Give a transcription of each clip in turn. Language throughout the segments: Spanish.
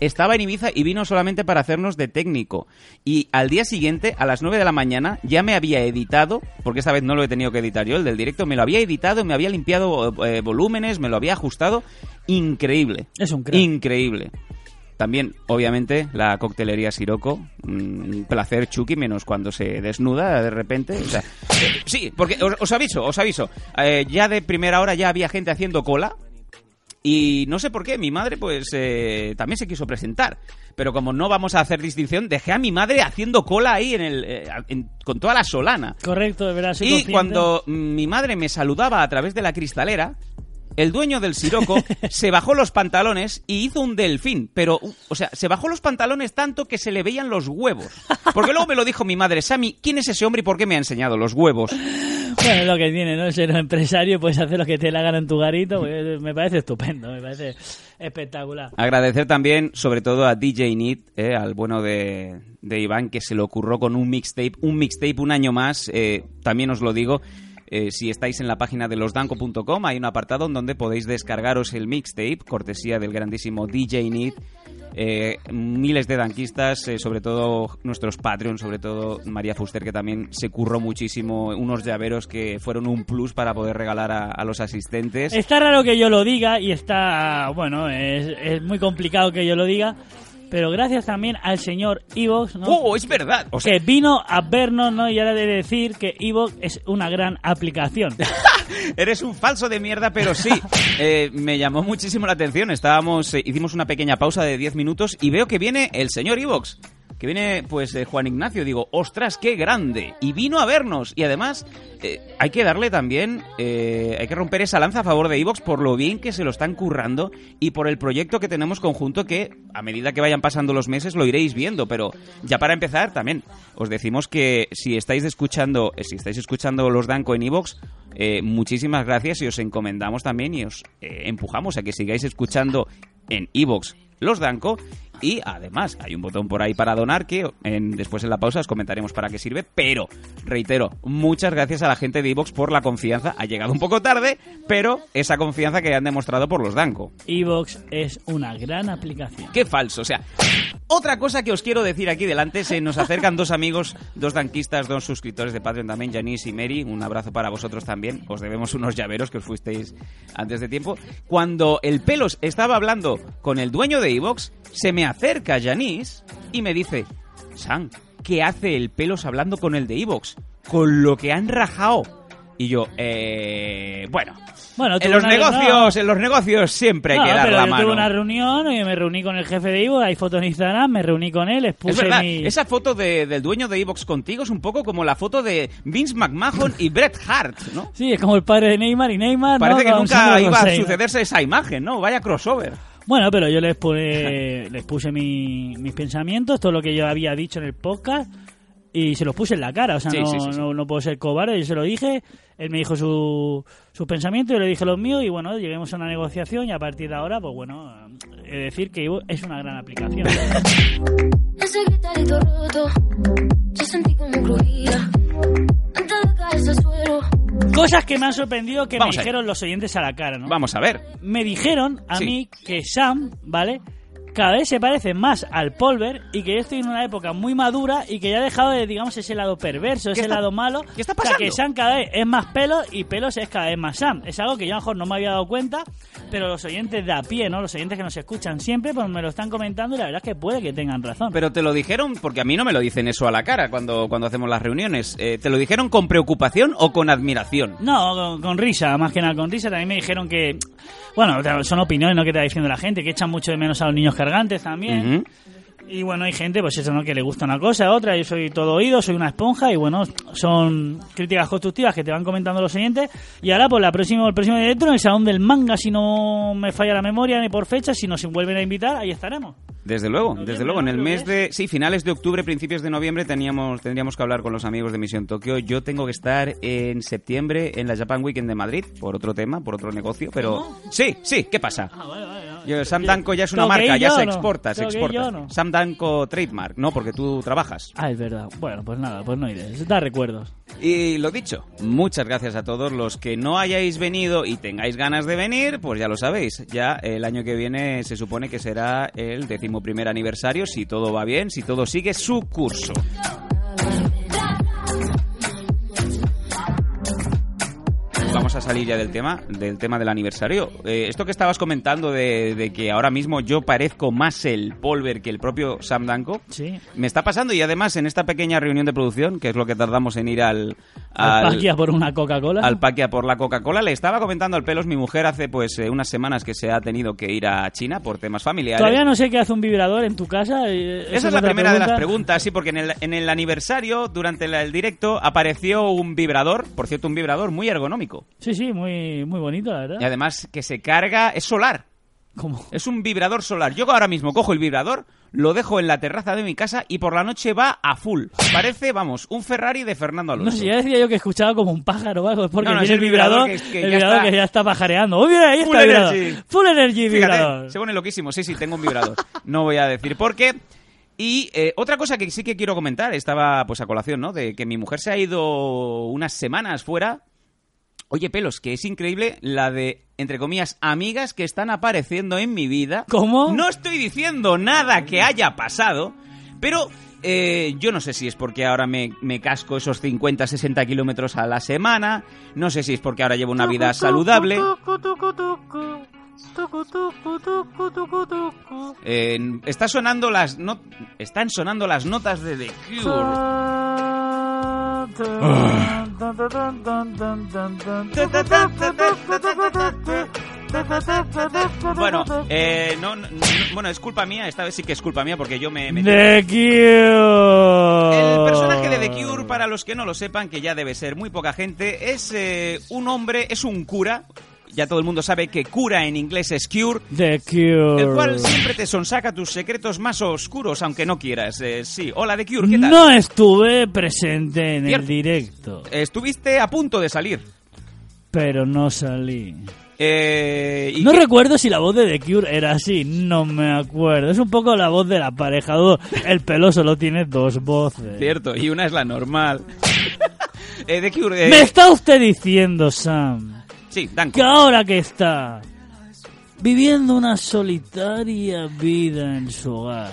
Estaba en Ibiza y vino solamente para hacernos de técnico. Y al día siguiente, a las 9 de la mañana, ya me había editado, porque esta vez no lo he tenido que editar yo, el del directo, me lo había editado, me había limpiado eh, volúmenes, me lo había ajustado. Increíble. Es un crack. Increíble. También, obviamente, la coctelería Siroco. Un placer, Chucky, menos cuando se desnuda de repente. O sea, eh, sí, porque os, os aviso, os aviso. Eh, ya de primera hora ya había gente haciendo cola. Y no sé por qué, mi madre pues eh, también se quiso presentar. Pero como no vamos a hacer distinción, dejé a mi madre haciendo cola ahí en el, eh, en- con toda la solana. Correcto, de verdad. soy Y consciente. cuando mi madre me saludaba a través de la cristalera, el dueño del Siroco se bajó los pantalones y hizo un delfín. Pero, u- o sea, se bajó los pantalones tanto que se le veían los huevos. Porque luego me lo dijo mi madre, Sammy, ¿quién es ese hombre y por qué me ha enseñado los huevos? Bueno, es lo que tiene, ¿no? Ser un empresario, puedes hacer lo que te la gana en tu garito. pues, Me parece estupendo, me parece espectacular. Agradecer también, sobre todo, a DJ Neat, eh, al bueno de, de Iván, que se le ocurrió con un mixtape, un mixtape un año más. eh, también os lo digo, eh, si estáis en la página de losdanco.com, hay un apartado en donde podéis descargaros el mixtape, cortesía del grandísimo DJ Neat. Eh, miles de danquistas, eh, sobre todo nuestros Patreons, sobre todo María Fuster, que también se curró muchísimo, unos llaveros que fueron un plus para poder regalar a, a los asistentes. Está raro que yo lo diga y está, bueno, es, es muy complicado que yo lo diga, pero gracias también al señor Ivox, ¿no? ¡Oh, es verdad! O sea, que vino a vernos, ¿no? Y ahora de decir que Evox es una gran aplicación. Eres un falso de mierda, pero sí. Eh, me llamó muchísimo la atención. Estábamos, eh, hicimos una pequeña pausa de 10 minutos y veo que viene el señor Ivox. Que viene, pues, eh, Juan Ignacio. Digo, ostras, qué grande. Y vino a vernos. Y además, eh, hay que darle también, eh, hay que romper esa lanza a favor de Ivox por lo bien que se lo están currando y por el proyecto que tenemos conjunto que, a medida que vayan pasando los meses, lo iréis viendo. Pero ya para empezar, también os decimos que si estáis escuchando, eh, si estáis escuchando los Danco en Ivox, eh, muchísimas gracias y os encomendamos también y os eh, empujamos a que sigáis escuchando en iVoox los Danco. Y además hay un botón por ahí para donar que en- después en la pausa os comentaremos para qué sirve. Pero, reitero, muchas gracias a la gente de iVoox por la confianza. Ha llegado un poco tarde, pero esa confianza que han demostrado por los Danco. Evox es una gran aplicación. Qué falso, o sea. Otra cosa que os quiero decir aquí delante, se nos acercan dos amigos, dos danquistas, dos suscriptores de Patreon también, Janice y Mary, un abrazo para vosotros también, os debemos unos llaveros que os fuisteis antes de tiempo. Cuando el pelos estaba hablando con el dueño de Evox, se me acerca Janice y me dice, San, ¿qué hace el pelos hablando con el de Evox? Con lo que han rajado. Y yo, eh, bueno, Bueno, en tuve los una- negocios, en los negocios siempre hay No, que dar pero la yo mano. tuve una reunión y me reuní con el jefe de Ivo, hay fotos en Instagram, me reuní con él, expuse Es verdad, mi... esa foto de- del dueño de Evox contigo es un poco como la foto de Vince McMahon y Bret Hart, ¿no? Sí, es como el padre de Neymar y Neymar... Parece ¿no? que Con nunca Sandro iba a Rosell, ¿no? sucederse esa imagen, ¿no? Vaya crossover. Bueno, pero yo les puse, les puse mi- mis pensamientos, todo lo que yo había dicho en el podcast, y se los puse en la cara. O sea, Sí, no, sí, sí, sí. no- no puedo ser cobarde, yo se lo dije. Él me dijo su- sus pensamientos, yo le dije los míos, y bueno, lleguemos a una negociación, y a partir de ahora, pues bueno, he de decir que Ivo es una gran aplicación. Ese guitarrito roto, yo sentí como crujía. Antes de caerse al suelo, Cosas que me han sorprendido que Vamos me ahí. dijeron los oyentes a la cara, ¿no? Vamos a ver. Me dijeron a Sí. mí que Sam, ¿vale? Cada vez se parece más al Polver y que yo estoy en una época muy madura y que ya he dejado de, digamos, ese lado perverso, ese está- lado malo. qué está O sea, que pasando? Sam cada vez es más pelo y pelos es cada vez más Sam. Es algo que yo a lo mejor no me había dado cuenta, pero los oyentes de a pie, ¿no? Los oyentes que nos escuchan siempre, pues me lo están comentando y la verdad es que puede que tengan razón. Pero te lo dijeron, porque a mí no me lo dicen eso a la cara cuando, cuando hacemos las reuniones. Eh, ¿Te lo dijeron con preocupación o con admiración? No, con, con risa, más que nada con risa. También me dijeron que, bueno, son opiniones, ¿no? Que está diciendo la gente, que echan mucho de menos a los niños cargantes también. Ujú. Y bueno, hay gente, pues eso, ¿no? Que le gusta una cosa, otra. Yo soy todo oído, soy una esponja y bueno, son críticas constructivas que te van comentando los oyentes. Y ahora, pues la próxima, el próximo directo en el Salón del Manga, si no me falla la memoria ni por fecha, si nos vuelven a invitar, ahí estaremos. Desde luego, Noviembre, desde luego. En ¿no? el Creo mes que de. Sí, finales de octubre, principios de noviembre teníamos, tendríamos que hablar con los amigos de Misión Tokio. Yo tengo que estar en Ah, septiembre en la Japan Weekend de Madrid, por otro tema, por otro negocio, pero. Sí, sí, ¿qué pasa? Yo, Sam Danco ya es una ¿Tengo que marca, ir ya yo se o no? exporta, se ¿Tengo que ir exporta. yo o no? Sam Danco trademark, no, porque tú trabajas. Ah, es verdad. Bueno, pues nada, pues no iré. Da recuerdos. Y lo dicho, muchas gracias a todos los que no hayáis venido y tengáis ganas de venir, pues ya lo sabéis. Ya el año que viene se supone que será el decimoprimer aniversario, si todo va bien, si todo sigue su curso. Vamos a salir ya del tema, del tema del aniversario. Eh, esto que estabas comentando de, de que ahora mismo yo parezco más el Polver que el propio Sam Danko, Sí. me está pasando y además en esta pequeña reunión de producción, que es lo que tardamos en ir al Al, al, Paquia por una Coca-Cola. al Paquia por la Coca-Cola, le estaba comentando al pelos mi mujer hace pues eh, unas semanas que se ha tenido que ir a China por temas familiares. Todavía no sé qué hace un vibrador en tu casa. eh, Esa es la otra primera de las pregunta. preguntas, sí, porque en el, en el aniversario, durante la- el directo, apareció un vibrador, por cierto, un vibrador muy ergonómico. Sí, sí, muy, muy bonito, la verdad. Y además que se carga, es solar, Como- es un vibrador solar. Yo ahora mismo cojo el vibrador, lo dejo en la terraza de mi casa y por la noche va a full. Parece, vamos, un Ferrari de Fernando No Alonso. sé, ya decía yo que escuchaba como un pájaro o algo. Es porque No, no, es tiene el el vibrador, vibrador que- que el ya vibrador está- que ya está pajareando. ¡Oh, mira, ahí Full está el vibrador! energy. ¡Full energy vibrador! Fíjate, se pone loquísimo. Sí, sí, tengo un vibrador. No voy a decir por qué. Y eh, otra cosa que sí que quiero comentar, estaba pues a colación, ¿no? De que mi mujer se ha ido unas semanas fuera. Oye, pelos, que es increíble la de, entre comillas, amigas que están apareciendo en mi vida. ¿Cómo? No estoy diciendo nada que haya pasado, pero eh, yo no sé si es porque ahora me, me casco esos 50, 60 kilómetros a la semana, no sé si es porque ahora llevo una vida saludable. Eh, está sonando las no- están sonando las notas de The Cure. Bueno, eh, no, no- no- bueno, es culpa mía, esta vez sí que es culpa mía porque yo eh, me he metido. ¡The Cure! El personaje de The Cure, para los que no lo sepan, que ya debe ser muy poca gente, es eh, un hombre, es un cura. Ya todo el mundo sabe que cura en inglés es cure. The Cure. El cual siempre te sonsaca tus secretos más oscuros, aunque no quieras. Eh, sí, hola The Cure, ¿qué tal? No estuve presente en Cierto. el directo, Estuviste a punto de salir. pero no salí. Eh, ¿y No qué? recuerdo si la voz de The Cure era así, no me acuerdo. Es un poco la voz del aparejador. El pelo solo tiene dos voces. Cierto, y una es la normal. eh, The Cure, eh, Me está usted diciendo, Sam, sí, Danko. que ahora que está viviendo una solitaria vida en su hogar,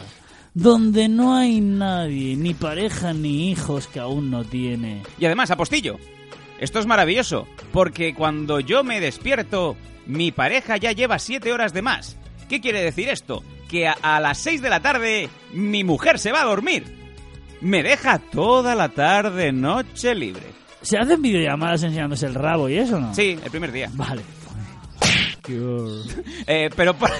donde no hay nadie, ni pareja ni hijos que aún no tiene. Y además, apostillo. Esto es maravilloso, porque cuando yo me despierto, mi pareja ya lleva siete horas de más. ¿Qué quiere decir esto? Que a, a las 6 de la tarde mi mujer se va a dormir. Me deja toda la tarde noche libre. ¿Se hacen videollamadas enseñándose el rabo y eso, no? Sí, el primer día. Vale. Eh, pero por-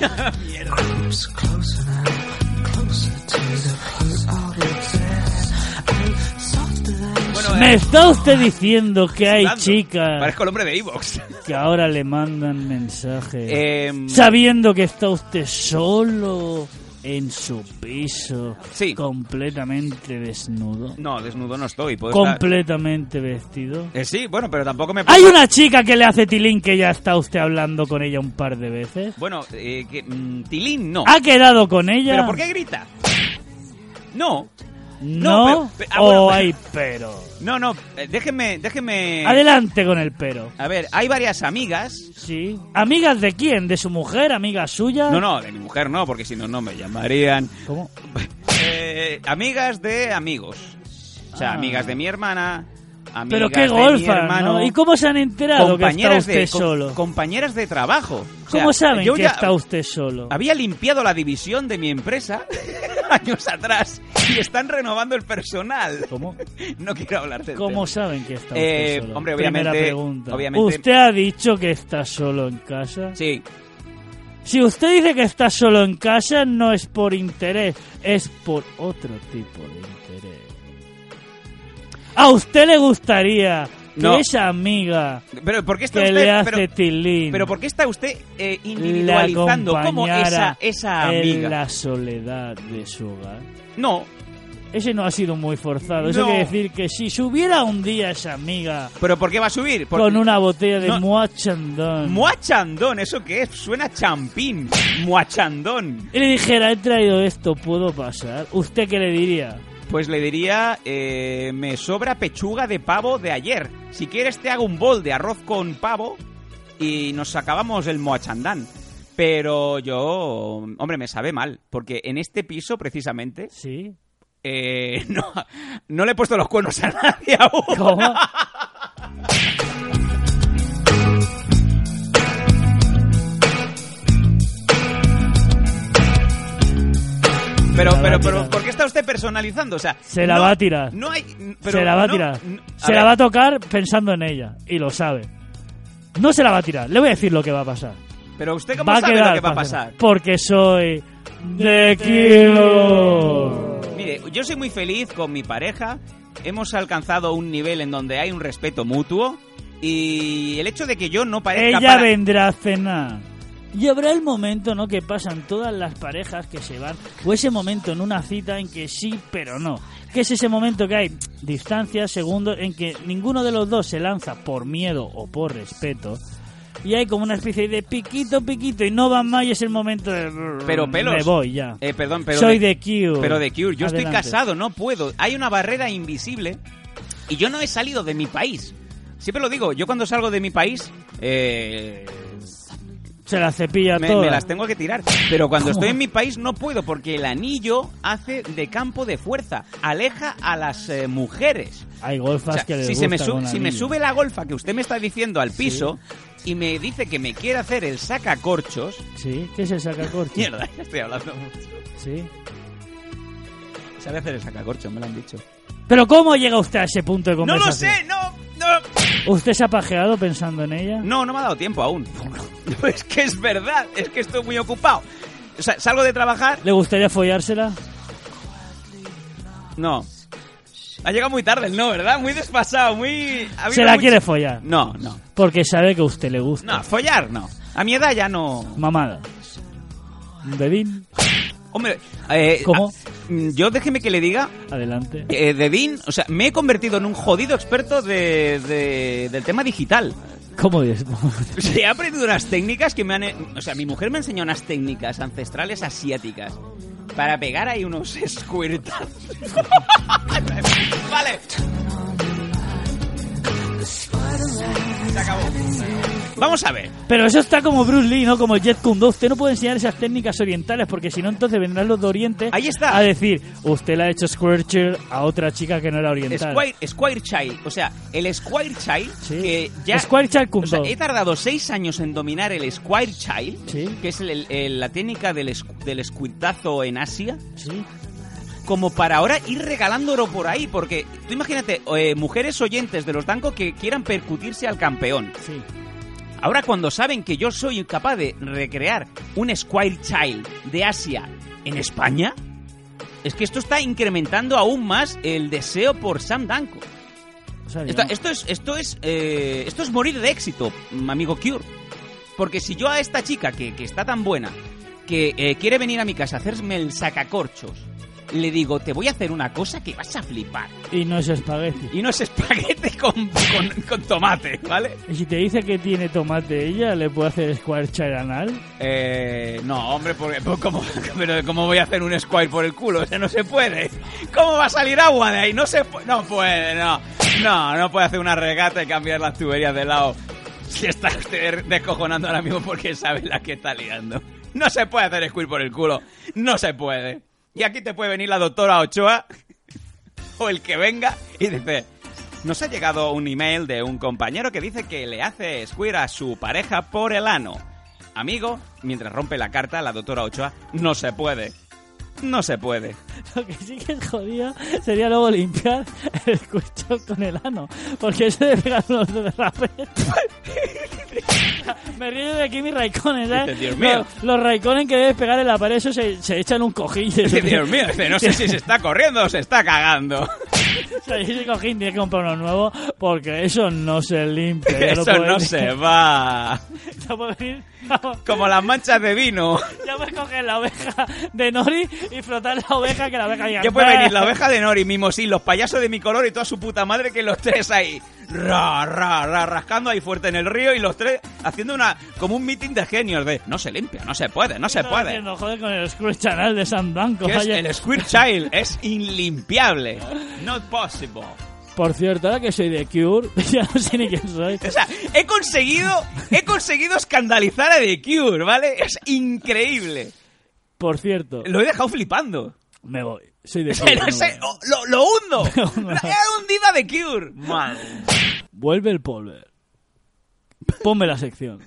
Bueno, Me eh, está usted diciendo que hay sudando. chicas Parezco el hombre de Evox. que ahora le mandan mensajes Eh, sabiendo que está usted solo en su piso, Sí. completamente desnudo, no, desnudo no estoy. puedo estar- completamente vestido. Eh, sí, bueno, pero tampoco me. Hay una chica que le hace tilín que ya está usted hablando con ella un par de veces. Bueno, eh, que, mm, Tilín no. ¿Ha quedado con ella? ¿Pero por qué grita? No. No, No, pero- pero- ah, o bueno, pero- Eh. hay pero. No, no, eh, déjenme, déjenme... Adelante con el pero. A ver, hay varias amigas. Sí. ¿Amigas de quién? ¿De su mujer? ¿Amigas suyas? No, no, de mi mujer no, porque si no, no me llamarían. ¿Cómo? Eh, amigas de amigos. O sea, Ah. amigas de mi hermana, amigas Pero qué de mi golfa, hermano... ¿no? ¿Y cómo se han enterado que está compañeras usted de, com- solo? compañeras de trabajo. O sea, ¿Cómo saben yo que ya está usted solo? Había limpiado la división de mi empresa años atrás y están renovando el personal. ¿Cómo? No quiero hablar de ¿Cómo saben que está usted Eh, solo? hombre, Primera obviamente- pregunta. obviamente- ¿Usted ha dicho que está solo en casa? Sí, Si usted dice que está solo en casa, no es por interés, es por otro tipo de interés. ¿A usted le gustaría que No. esa amiga pero ¿por qué está que usted? le hace pero, tilín pero ¿por qué está usted eh, le individualizando como acompañara esa esa en amiga? la soledad de su hogar? No, Ese no ha sido muy forzado. Eso No. quiere decir que si subiera un día esa amiga ¿Pero por qué va a subir? Por... con una botella de No. moachandón Muachandón, ¿eso qué es? Suena a champín. Muachandón. y le dijera, he traído esto, ¿puedo pasar? ¿Usted qué le diría? Pues le diría, eh, me sobra pechuga de pavo de ayer. Si quieres te hago un bol de arroz con pavo y nos acabamos el moachandán. Pero yo, hombre, me sabe mal, porque en este piso precisamente ¿Sí? eh, no, no le he puesto los cuernos a nadie aún. ¿Cómo? Pero, Se la va pero, a pero, tirar. ¿por qué está usted personalizando? O sea, Se la no- va a tirar. No hay. n- pero se la va a no- tirar. n- a se la ver, va a tocar pensando en ella. Y lo sabe. No se la va a tirar. Le voy a decir lo que va a pasar. Pero usted cómo Va a sabe quedar. lo que va a fascinada. pasar. Porque soy. De Kilo. Mire, yo soy muy feliz con mi pareja. Hemos alcanzado un nivel en donde hay un respeto mutuo. Y el hecho de que yo no parezca. Ella para- vendrá a cenar. Y habrá el momento, ¿no? Que pasan todas las parejas que se van. O ese momento en una cita en que sí, pero no. Que es ese momento que hay distancia, segundos, en que ninguno de los dos se lanza por miedo o por respeto. Y hay como una especie de piquito, piquito, y no van más y es el momento de... "Mm, Pero pelos. Me voy ya. Eh, perdón, pero. Soy de Cure. Pero de Cure. Yo estoy Adelante. casado, no puedo. Hay una barrera invisible. Y yo no he salido de mi país. Siempre lo digo, yo cuando salgo de mi país. Eh. Se la cepilla me, toda. me las tengo que tirar. Pero cuando estoy en mi país no puedo porque el anillo hace de campo de fuerza, aleja a las eh, mujeres. Hay O golfas sea, que les si, se me gusta sube, con si me anillo. sube la golfa que usted me está diciendo al piso y me dice que me quiere hacer el sacacorchos, Sí, ¿qué es el sacacorcho? mierda, ya estoy hablando mucho. Sí. Sabe hacer el sacacorchos, me lo han dicho. Pero ¿cómo llega usted a ese punto de No lo conversación? sé, no, no. ¿Usted se ha pajeado pensando en ella? No, no me ha dado tiempo aún. No, es que es verdad, es que estoy muy ocupado. O sea, salgo de trabajar, ¿Le gustaría follársela? no. Ha llegado muy tarde el no, ¿verdad? Muy desfasado, muy... ha Se habido la mucho- quiere follar. No, no. Porque sabe que a usted le gusta. No, follar no. A mi edad ya no. Mamada. Un Dedín, Hombre, eh, ¿Cómo? a- mm, yo déjeme que le diga, adelante. eh, Dedín, o sea, me he convertido en un jodido experto de, de- del tema digital. ¿Cómo dices? O sea, he aprendido unas técnicas que me han... eh, O sea, mi mujer me enseñó unas técnicas ancestrales asiáticas para pegar ahí unos squirtazos. vale. Se acabó. Vamos a ver. Pero eso está como Bruce Lee, ¿no? Como Jet Kundo. Usted no puede enseñar esas técnicas orientales porque si no entonces vendrán los de Oriente Ahí está. a decir, usted le ha hecho squircher a otra chica que no era oriental. Squire, Squire Child, o sea, el Squire Child Sí. que ya Squire Child o sea, Kundo. he tardado seis años en dominar el Squire Child, Sí. que es el- el- el- la técnica del, escu- del escuitazo en Asia, Sí. como para ahora ir regalándolo por ahí, porque tú imagínate, eh, mujeres oyentes de los Danco que quieran percutirse al campeón. Sí. Ahora cuando saben que yo soy capaz de recrear un Squire Child de Asia en España, es que esto está incrementando aún más el deseo por Sam Danko. O sea, Esto, digamos- esto es, esto es, eh, esto es morir de éxito, mm, amigo Cure. Porque si yo a esta chica que, que está tan buena, que eh, quiere venir a mi casa a hacerme el sacacorchos, le digo, te voy a hacer una cosa que vas a flipar. Y no es espagueti. Y no es espaguete con, con- con tomate, ¿vale? Y si te dice que tiene tomate ella, ¿le puede hacer squircher anal? Eh, no, hombre, porque, pues, ¿cómo, pero ¿cómo voy a hacer un squire por el culo? O sea, no se puede. ¿Cómo va a salir agua de ahí? No se puede. No puede, no. No, no puede hacer una regata y cambiar las tuberías de lado. Si está usted descojonando ahora mismo porque sabe la que está liando. No se puede hacer squire por el culo. No se puede. Y aquí te puede venir la doctora Ochoa o el que venga y dice... Nos ha llegado un email de un compañero que dice que le hace squire a su pareja por el ano. Amigo, mientras rompe la carta, la doctora Ochoa, no se puede. No se puede. Lo que sí que es jodido sería luego limpiar el cucho con el ano, porque eso de pegar unos derrapes. Me río de Kimi Raikkonen, ¿sabes? Dice, Dios Los- mío. ¿eh? Los, Raikkonen que debes pegar en la pared, eso se, se echan un cojín. Dice, Dios mío, dice, no sé si se está corriendo o se está cagando. O sea, ese cojín tienes que comprar uno nuevo, porque eso no se limpia. yo lo Eso puedo no decir. se va. ya puedes venir. vamos, Como las manchas de vino. Ya puedes coger la oveja de Nori y frotar la oveja que la oveja diga. Ya puede venir la "Bah". oveja de Nori, Mimosín, los payasos de mi color y toda su puta madre que los tres ahí. Ra, ra, ra, rascando ahí fuerte en el río y los tres haciendo una como un meeting de genios de no se limpia, no se puede, no se Estaba puede. diciendo, joder, con el Scrooge Channel de San Banco. Que es vaya. el Squirt Child es inlimpiable. Not possible. Por cierto, ahora que soy de Cure, Ya no sé ni quién soy. O sea, he conseguido, he conseguido escandalizar a The Cure, ¿vale? Es increíble. por cierto, Lo he dejado flipando. Me voy. soy de Cure. Pero no ese- vuelvo. oh, lo, lo hundo. He hundido a The Cure. Mal. Vuelve el polver. Ponme la sección.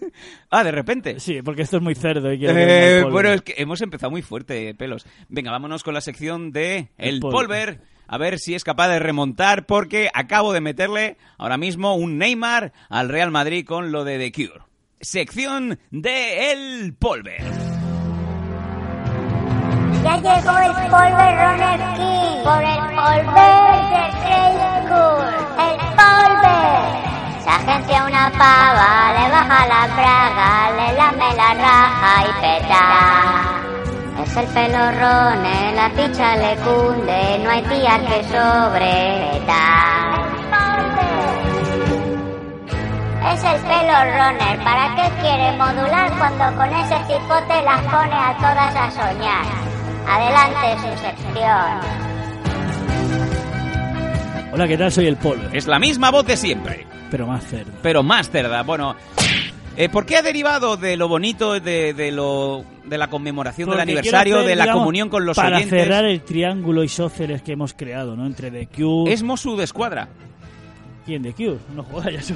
Ah, de repente. Sí, porque esto es muy cerdo y quiero que venga el Eh, polvo. bueno, es que hemos empezado muy fuerte, pelos. Venga, vámonos con la sección de El El polvo. Polver. A ver si es capaz de remontar, porque acabo de meterle ahora mismo un Neymar al Real Madrid con lo de The Cure. Sección de El Polver. Ya llegó el polver aquí por el polver de Grey School. El polver. Se agencia una pava, le baja la braga, le lame la raja y peta. Es el pelorrone, la picha le cunde, no hay tía que sobreta. Es el pelo runner, ¿para qué quiere modular cuando con ese cipote las pone a todas a soñar? Adelante su sección. Hola, ¿qué tal? Soy el polver. Es la misma voz de siempre, Pero más cerdo. pero más cerda. Bueno, eh, ¿por qué ha derivado de lo bonito, de, de lo, de la conmemoración Porque del quiero aniversario, hacer, de la digamos, comunión con los para oyentes? cerrar el triángulo isósceles que hemos creado, ¿no? Entre The Cure... Es Mosu de Escuadra. ¿Quién The Cure? No juega, ya sé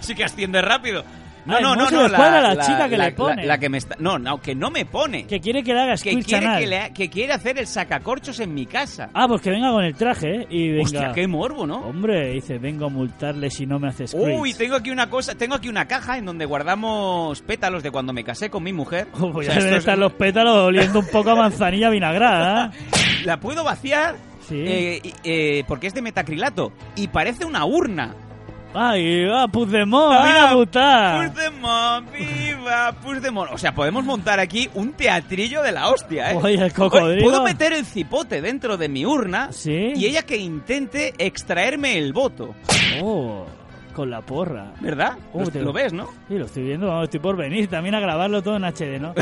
sí que asciende rápido. No, Ay, no, no no, se no, le cuadra la chica que le pone. La, que me está, no, no, que no me pone. que quiere que le hagas Que Scrooge quiere, Chanal. que, le- que quiere hacer el sacacorchos en mi casa. Ah, pues que venga con el traje, ¿eh? Y venga... Hostia, qué morbo, ¿no? Hombre, dice, vengo a multarle si no me haces Uy, tengo aquí una cosa, tengo aquí una caja en donde guardamos pétalos de cuando me casé con mi mujer. O sea, Pues ya deben esto es- estar los pétalos oliendo un poco a manzanilla vinagrada, ¿eh? La puedo vaciar Sí. eh, y- eh, porque es de metacrilato y parece una urna. ¡Ay, va, Puigdemont, mira, ah, puta! Puigdemont, viva Puigdemont. O sea, podemos montar aquí un teatrillo de la hostia, ¿eh? Oye, el cocodrilo. Puedo meter el cipote dentro de mi urna Sí. y ella que intente extraerme el voto, Oh, con la porra. ¿verdad? Oh, lo, te- lo ves, ¿no? Sí, lo estoy viendo, vamos, estoy por venir también a grabarlo todo en HD, ¿no?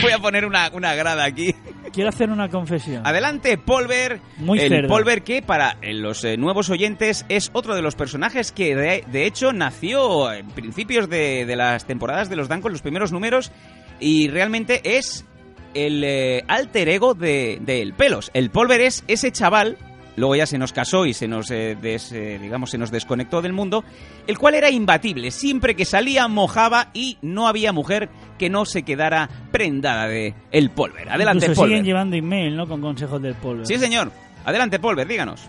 Voy a poner una, una grada aquí. Quiero hacer una confesión. Adelante, Polver. Muy el cerdo. Polver que para eh, los eh, nuevos oyentes es otro de los personajes que de, de hecho nació en principios de, de las temporadas de los Dancos, los primeros números, y realmente es el eh, alter ego de, de El Pelos. El Polver es ese chaval. Luego ya se nos casó y se nos, eh, des- eh, digamos, se nos desconectó del mundo, el cual era imbatible. Siempre que salía mojaba y no había mujer que no se quedara prendada de el polver. Adelante, Incluso polver. siguen llevando email, ¿no? Con consejos del polvo. Sí, señor. Adelante, Polver, díganos.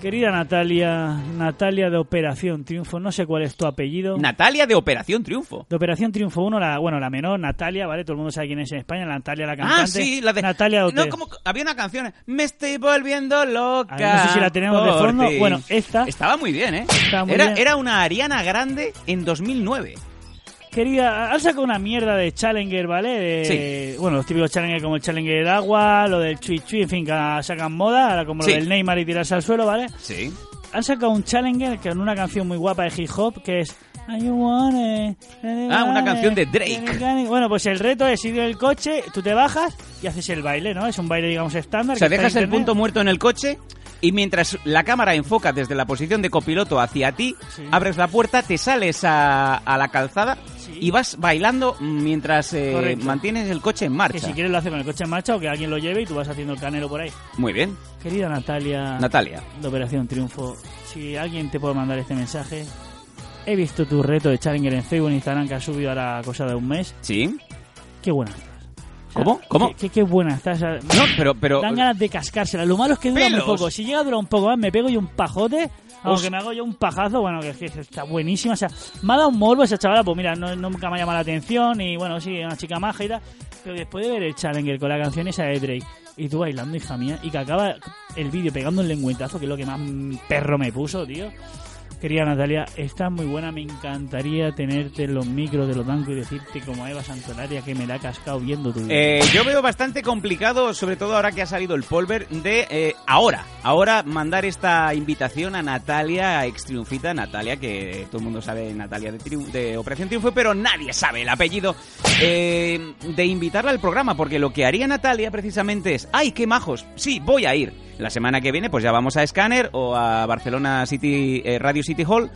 Querida Natalia, Natalia de Operación Triunfo, no sé cuál es tu apellido. Natalia de Operación Triunfo. de Operación Triunfo 1, la, bueno, la menor, Natalia, ¿vale? Todo el mundo sabe quién es en España, Natalia la cantante. Ah, sí, la de... Natalia no, Ote- como había una canción. Me estoy volviendo loca. A ver, Ah, no sé si la tenemos de por fondo. ti". Bueno, esta- Estaba muy bien, ¿eh? Estaba muy era, bien. era una Ariana Grande en 2009. Querida, han sacado una mierda de Challenger, ¿vale? De- Bueno, los típicos Challenger como el Challenger del agua, lo del Chui Chui, en fin, que sacan moda, ahora como Sí. lo del Neymar y tirarse al suelo, ¿vale? Sí. Han sacado un Challenger con una canción muy guapa de hip hop que es. "Ah, you eh, want it, Ah, una canción de eh, Drake. Bueno, pues el reto es ir del coche, tú te bajas y haces el baile, ¿no? Es un baile, digamos, estándar. O sea, que está dejas en el punto internet. muerto en el coche y mientras la cámara enfoca desde la posición de copiloto hacia ti, Sí. abres la puerta, te sales a, a la calzada Sí. y vas bailando mientras eh, Correcto. mantienes el coche en Que marcha. si quieres lo hace con el coche en marcha o que alguien lo lleve y tú vas haciendo el canelo por ahí. Muy bien, Querida Natalia. Natalia. de Operación Triunfo, si alguien te puede mandar este mensaje, he visto tu reto de Challenger en Facebook e Instagram que has subido ahora cosa de un mes. Sí. Qué buena estás. O sea, ¿Cómo? ¿Cómo? Qué, qué- qué buena estás. O sea, No, pero, pero. Dan ganas de cascársela. Lo malo es que dura Pelos. muy poco. Si llega a durar un poco más, me pego yo un pajote. Aunque Hostia. me hago yo un pajazo, bueno, que, que está buenísima. O sea, me ha dado un morbo esa chavala, pues mira, no- nunca me ha llamado la atención. Y bueno, sí, una chica maja y tal. Pero después de ver el Challenger con la canción esa de Drake, y tú bailando, hija mía, y que acaba el vídeo pegando un lengüetazo, que es lo que más mm, perro me puso, tío. Querida Natalia, estás muy buena, me encantaría tenerte en los micros de los bancos y decirte como a Eva Santolaria que me la ha cascado viendo tu vídeo. Eh, yo veo bastante complicado, sobre todo ahora que ha salido el polver, de eh, ahora, ahora mandar esta invitación a Natalia, a ex triunfita Natalia, que todo el mundo sabe Natalia de, Triu- de Operación Triunfo, pero nadie sabe el apellido, eh, de invitarla al programa, porque lo que haría Natalia precisamente es, ¡ay, qué majos! Sí, voy a ir. La semana que viene pues ya vamos a Scanner o a Barcelona City, eh, Radio City Hall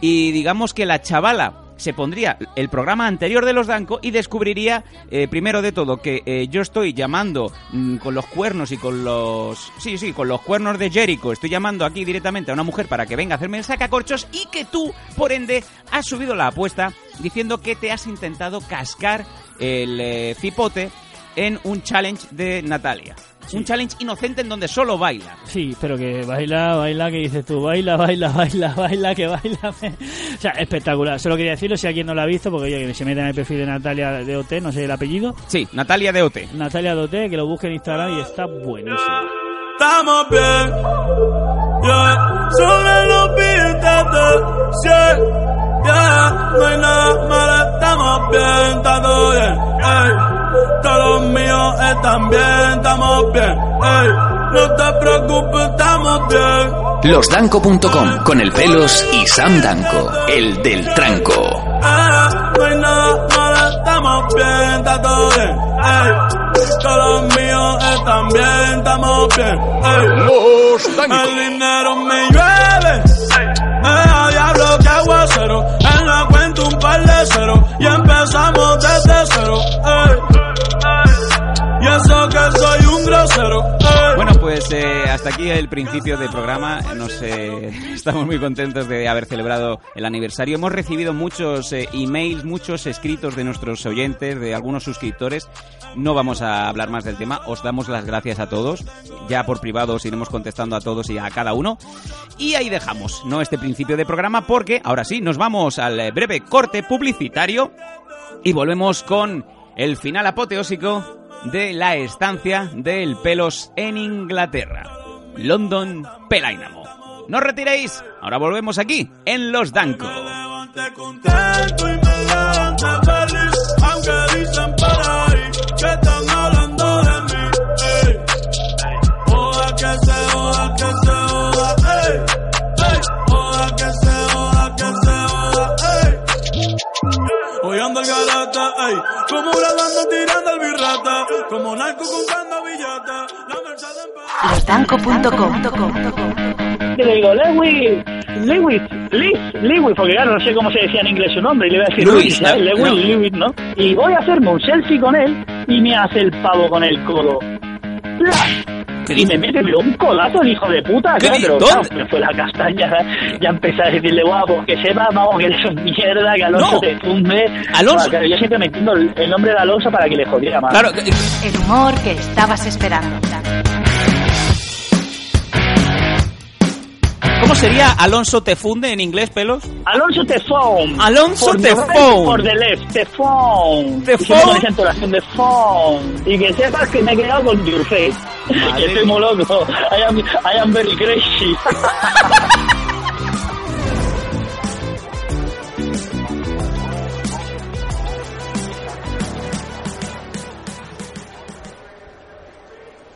y digamos que la chavala se pondría el programa anterior de los Danco y descubriría, eh, primero de todo, que eh, yo estoy llamando mm, con los cuernos y con los... Sí, sí, con los cuernos de Jericho. Estoy llamando aquí directamente a una mujer para que venga a hacerme el sacacorchos y que tú, por ende, has subido la apuesta diciendo que te has intentado cascar el eh, cipote en un challenge de Natalia. Un challenge inocente en donde solo baila. Sí, pero que baila, baila, que dices tú, baila, baila, baila, baila, que baila. O sea, espectacular. Solo quería decirlo si alguien no lo ha visto, porque oye, que se meta en el perfil de Natalia de OT, no sé el apellido. Sí, Natalia de OT. Natalia de OT, que lo busque en Instagram y está buenísimo. Estamos bien. Yeah. Sobre los billetes de 100. Yeah. No hay nada malo, estamos bien, está todo bien. Ey. Todos los míos están bien, estamos bien. Ey. No te preocupes, estamos bien. Losdanco.com con el pelos y Sam Danco, el del tranco. Ah, no hay nada malo, estamos bien, está todo bien. Ey. Todos los míos están bien, estamos bien. Ey. Los El dinero me llueve. Me da diablo que aguacero. En la cuenta un par de cero. Y empezamos desde cero. Ey. Y eso que soy un grosero. Ey. Bueno, pues eh, hasta aquí el principio del programa. Nos, eh, estamos muy contentos de haber celebrado el aniversario. Hemos recibido muchos eh, emails, muchos escritos de nuestros oyentes, de algunos suscriptores. No vamos a hablar más del tema. Os damos las gracias a todos. Ya por privado os iremos contestando a todos y a cada uno. Y ahí dejamos, ¿no? Este principio de programa porque ahora sí, nos vamos al eh, breve corte publicitario y volvemos con el final apoteósico de la estancia del Pelos en Inglaterra. London Pelainamo. No os retiréis, ahora volvemos aquí en Los Danco. levanté contento y me levanté feliz, aunque dicen por ahí que están hablando de mí. Ey. Joda que se joda, que se joda, ey. Ey. Joda que se joda, que se joda, ey. Hoy ando el garata, ey. Como un ando tirando el birrata, como narco comprando billata, la merced en paz. Losdanco.com Yo le digo, Lewis, Lewis, Liz, Lewis, porque claro, no sé cómo se decía en inglés su nombre, y le voy a decir Luis, Luis, ¿sabes? ¿no? Lewis, No. Lewis, ¿no? Y voy a hacerme un selfie con él, y me hace el pavo con el codo. ¡Plas! Y me mete pero un colazo el hijo de puta, ¿Qué claro, di- pero dónde? claro, me fue la castaña, ¿eh? ya empecé a decirle, guapo, que sepa, vamos, que eres un mierda, que Alonso No. te tumbe. Alonso. Ah, claro, yo siempre metiendo el el nombre de Alonso para que le jodiera más. Claro, que- El humor que estabas esperando. ¿cómo sería Alonso te funde en inglés, pelos? Alonso te phone. Alonso Por te the right, phone. Por the left, te phone. Te Y siempre phone. Con esa entonación de phone. Y que sepas que me he quedado con your face. Madre Que estoy muy loco. I am, I am very crazy.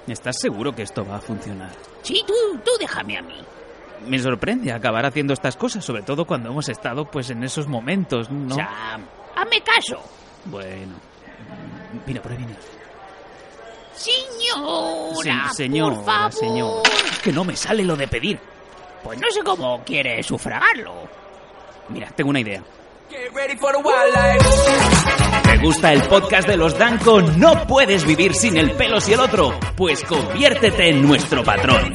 ¿Estás seguro que esto va a funcionar? Sí, tú, tú déjame a mí. Me sorprende acabar haciendo estas cosas, sobre todo cuando hemos estado pues en esos momentos, ¿no? Sam, hazme caso. Bueno. Mira, por ahí viene. Señora, Se- señora, por favor. señor. Que no me sale lo de pedir. Pues no sé cómo quiere sufragarlo. Mira, tengo una idea. ¿Te gusta el podcast de los Danco? No puedes vivir sin el pelo y el otro. Pues conviértete en nuestro patrón.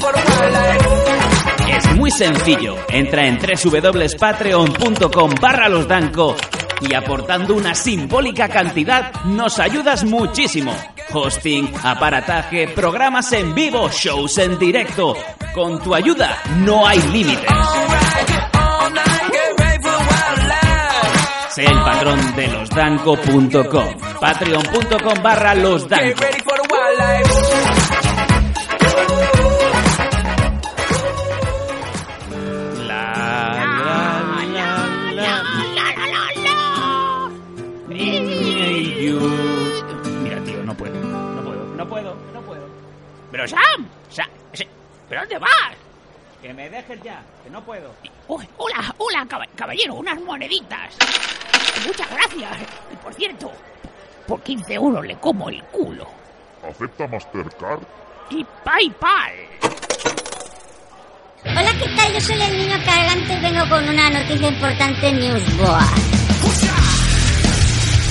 Es muy sencillo. Entra en www.patreon.com barra los Danco y aportando una simbólica cantidad nos ayudas muchísimo. Hosting, aparataje, programas en vivo, shows en directo. Con tu ayuda no hay límites. Sé el patrón de losdanco.com. Patreon.com barra losdanco. La, la, need you. Mira, tío, no puedo. No puedo. No puedo. No puedo. Pero Sam, Sam, se- ¿pero dónde vas? Que me dejes ya. Que no puedo. Uy, hola, hola, caba- caballero, unas moneditas. Muchas gracias. Y por cierto, por 15 euros le como el culo. ¿Acepta Mastercard? Y PayPal. Hola, ¿qué tal? Yo soy el niño cagante y vengo con una noticia importante en Newsboard.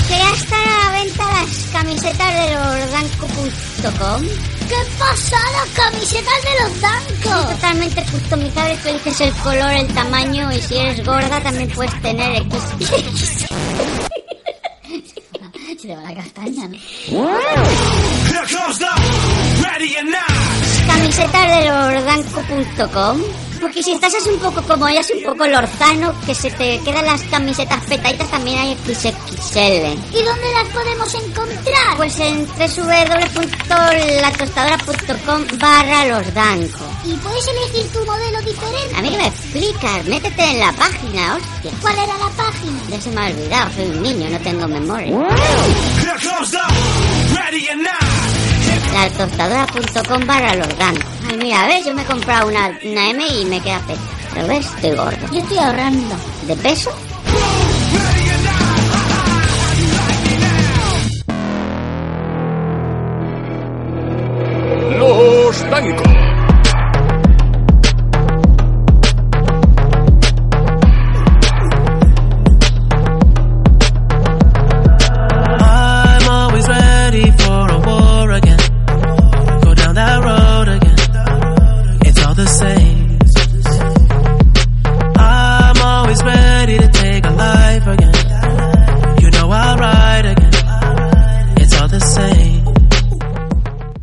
Que ya están a la venta las camisetas de losdanco.com. ¡Qué pasada! ¡Camisetas de los dancos! Totalmente customizables, tú eliges el color, el tamaño y si eres gorda también puedes tener X. Se le va la castaña, ¿no? Here comes the ready and now. Camisetas de lordanco.com Porque si estás así un poco como ellas, un poco lorzano, que se te quedan las camisetas petaditas, también hay XXL. ¿Y dónde las podemos encontrar? Pues en www.latostadora.com barra lordanco. ¿Y puedes elegir tu modelo diferente? A mí que me explicas, métete en la página, hostia. ¿Cuál era la página? Ya se me ha olvidado, soy un niño, no tengo memoria. Here comes the ready and now. Latostadora.com barra lordanco. Ay, mira, ves, yo me he comprado una, una M y me queda peta. Pero ves, estoy gordo. Yo estoy ahorrando. ¿De peso? Los Danco. I'm always ready for a war again. Go down that road again. It's all the same. I'm always ready to take a life again. You know I'll ride again. It's all the same.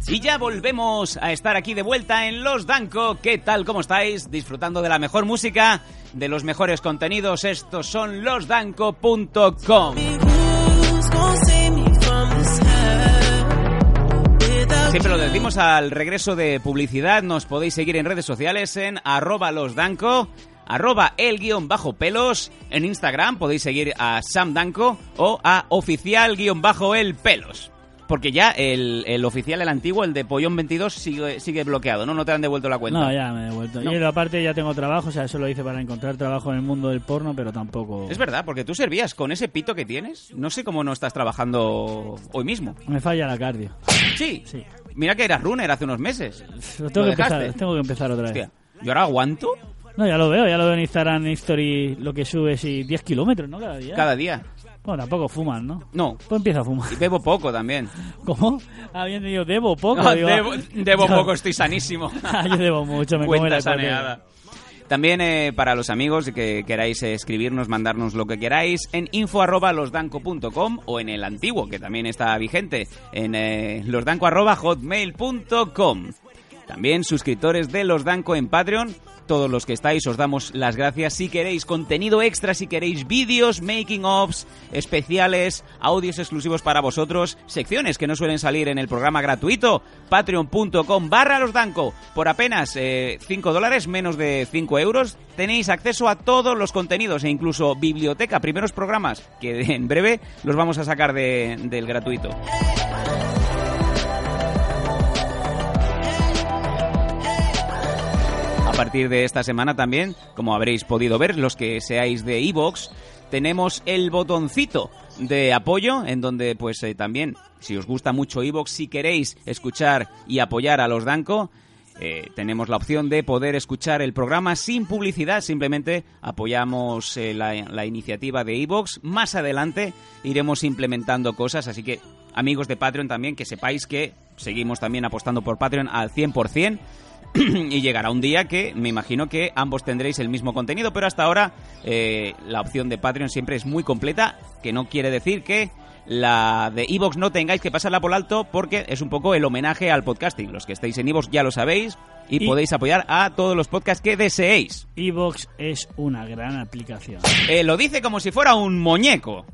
Y ya volvemos a estar aquí de vuelta en Los Danco. ¿Qué tal? ¿Cómo estáis? Disfrutando de la mejor música, de los mejores contenidos. Estos son losdanco.com. Who's gonna save me from this hell? Without Siempre lo decimos al regreso de publicidad. Nos podéis seguir en redes sociales en arroba losdanco, arroba el guión bajo pelos. En Instagram podéis seguir a Sam Danco o a oficial guión bajo el pelos. Porque ya el, el oficial, el antiguo, el de Pollón 22, sigue, sigue bloqueado, ¿no? No te han devuelto la cuenta. No, ya me he devuelto. No. Y aparte ya tengo trabajo, o sea, eso lo hice para encontrar trabajo en el mundo del porno, pero tampoco... Es verdad, porque tú servías con ese pito que tienes. No sé cómo no estás trabajando hoy mismo. Me falla la cardio. Sí. Mira que eras runner hace unos meses. Lo tengo, Lo que empezar, dejaste. tengo que empezar otra vez. Hostia, ¿Y ahora aguanto? No, ya lo veo, ya lo veo en Instagram en History lo que subes y 10 kilómetros, ¿no? Cada día. Cada día. Bueno, tampoco fuman, ¿no? No. Pues empieza a fumar. Y bebo poco también. ¿Cómo? Habían tenido debo poco. No, digo, debo, ah, debo yo- poco, estoy sanísimo. Ah, yo debo mucho, me come Cuenta la hipoteca. saneada. También eh, para los amigos que queráis eh, escribirnos, mandarnos lo que queráis en info arroba losdanco.com o en el antiguo, que también está vigente, en eh, losdanco arroba hotmail.com. También suscriptores de Los Danco en Patreon. Todos los que estáis os damos las gracias si queréis contenido extra, si queréis vídeos, making offs, especiales, audios exclusivos para vosotros, secciones que no suelen salir en el programa gratuito, patreon.com barra los danco. Por apenas 5 dólares, menos de 5 euros, tenéis acceso a todos los contenidos e incluso biblioteca, primeros programas que en breve los vamos a sacar de- del gratuito. A partir de esta semana también, como habréis podido ver, los que seáis de Evox, tenemos el botoncito de apoyo en donde pues eh, también, si os gusta mucho Evox, si queréis escuchar y apoyar a los Danco, eh, tenemos la opción de poder escuchar el programa sin publicidad, simplemente apoyamos eh, la, la iniciativa de Evox. Más adelante iremos implementando cosas, así que amigos de Patreon también, que sepáis que seguimos también apostando por Patreon al 100%. y llegará un día que me imagino que ambos tendréis el mismo contenido, pero hasta ahora eh, la opción de Patreon siempre es muy completa, que no quiere decir que la de Evox no tengáis que pasarla por alto porque es un poco el homenaje al podcasting. Los que estáis en Evox ya lo sabéis y, Y- podéis apoyar a todos los podcasts que deseéis. Evox es una gran aplicación. Eh, lo dice como si fuera un muñeco.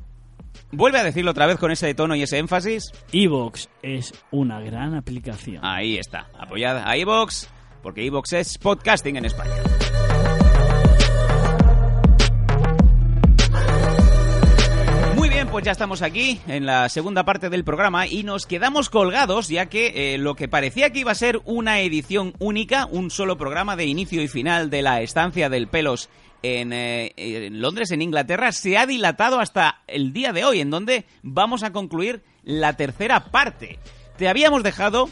Vuelve a decirlo otra vez con ese tono y ese énfasis. Evox es una gran aplicación. Ahí está. Apoyad a Evox, porque Evox es podcasting en España. Muy bien, pues ya estamos aquí en la segunda parte del programa y nos quedamos colgados ya que eh, lo que parecía que iba a ser una edición única, un solo programa de inicio y final de la estancia del pelos en, eh, en Londres, en Inglaterra, se ha dilatado hasta el día de hoy, en donde vamos a concluir la tercera parte. Te habíamos dejado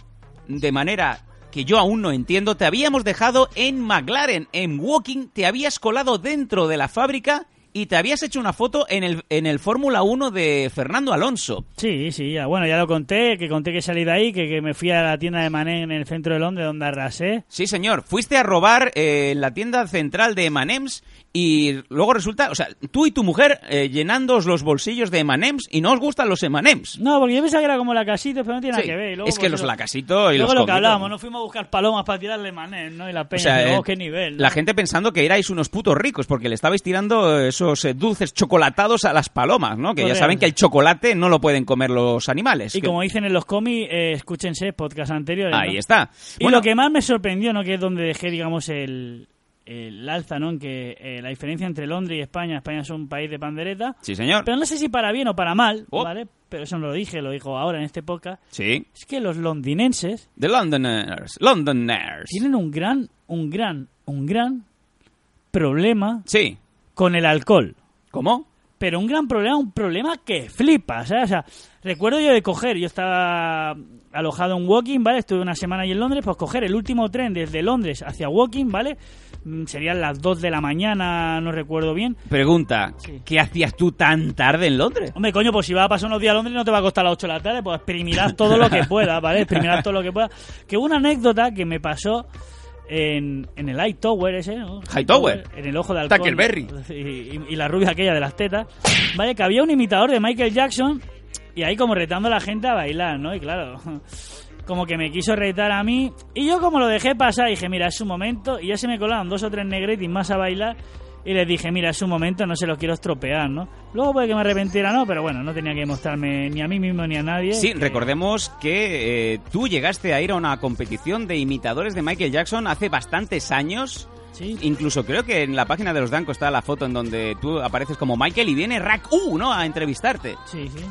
de manera que yo aún no entiendo, te habíamos dejado en McLaren, en Walking, te habías colado dentro de la fábrica y te habías hecho una foto en el, en el Fórmula 1 de Fernando Alonso. Sí, sí, ya. Bueno, ya lo conté, que conté que salí de ahí, que, que me fui a la tienda de Mané en el centro de Londres donde arrasé. Sí, señor, fuiste a robar eh, la tienda central de Emanems y luego resulta, o sea, tú y tu mujer eh, llenándoos los bolsillos de Emanems y no os gustan los Emanems. No, porque yo pensaba que era como la casita, pero no tiene Sí, nada que ver. Y luego, es que pues, los yo- lacasitos y Luego los lo que comitos, hablábamos, no fuimos a buscar palomas para tirarle Mané, ¿no? Y la peña, sea, dice, eh, oh, qué nivel. ¿no? La gente pensando que erais unos putos ricos porque le estabais tirando esos eh, dulces chocolatados a las palomas, ¿no? Que ya Correcto. saben que el chocolate no lo pueden comer los animales. Y Que- como dicen en los cómics, eh, escúchense podcast anteriores. ¿no? Ahí está. Y lo que más me sorprendió, ¿no? Que es donde dejé, digamos, el, el alza, ¿no? En que eh, la diferencia entre Londres y España, España es un país de pandereta. Sí, señor. Pero no sé si para bien o para mal, Oh. ¿vale? Pero eso no lo dije, lo dijo ahora en este podcast. Sí. Es que los londinenses The Londoners. Londoners. tienen un gran, un gran, un gran problema sí. con el alcohol. ¿Cómo? Pero un gran problema, un problema que flipa, ¿sabes? O sea, recuerdo yo de coger, yo estaba alojado en Woking, ¿vale? Estuve una semana allí en Londres, pues coger el último tren desde Londres hacia Woking, ¿vale? Mm, Serían las 2 de la mañana, no recuerdo bien. Pregunta, ¿qué hacías tú tan tarde en Londres? Hombre, coño, pues si vas a pasar unos días a Londres no te va a costar las 8 de la tarde, pues exprimirás todo lo que puedas, ¿vale? Exprimirás todo lo que puedas. Que hubo una anécdota que me pasó en, en el High Tower ese, ¿no? Hightower. En el ojo de halcón. Tackleberry. Y, y- y la rubia aquella de las tetas. Vale, que había un imitador de Michael Jackson y ahí como retando a la gente a bailar, ¿no? Y claro... Como que me quiso retar a mí. Y yo, como lo dejé pasar, dije: Mira, es su momento. Y ya se me colaron dos o tres negretis más a bailar. Y les dije, mira, es un momento, no se los quiero estropear, ¿no? Luego puede que me arrepentiera, no, pero bueno, no tenía que mostrarme ni a mí mismo ni a nadie. Sí, recordemos que eh, tú llegaste a ir a una competición de imitadores de Michael Jackson hace bastantes años. Incluso creo que en la página de los Danco está la foto en donde tú apareces como Michael y viene Rack U, ¿no? A entrevistarte. Sí, sí.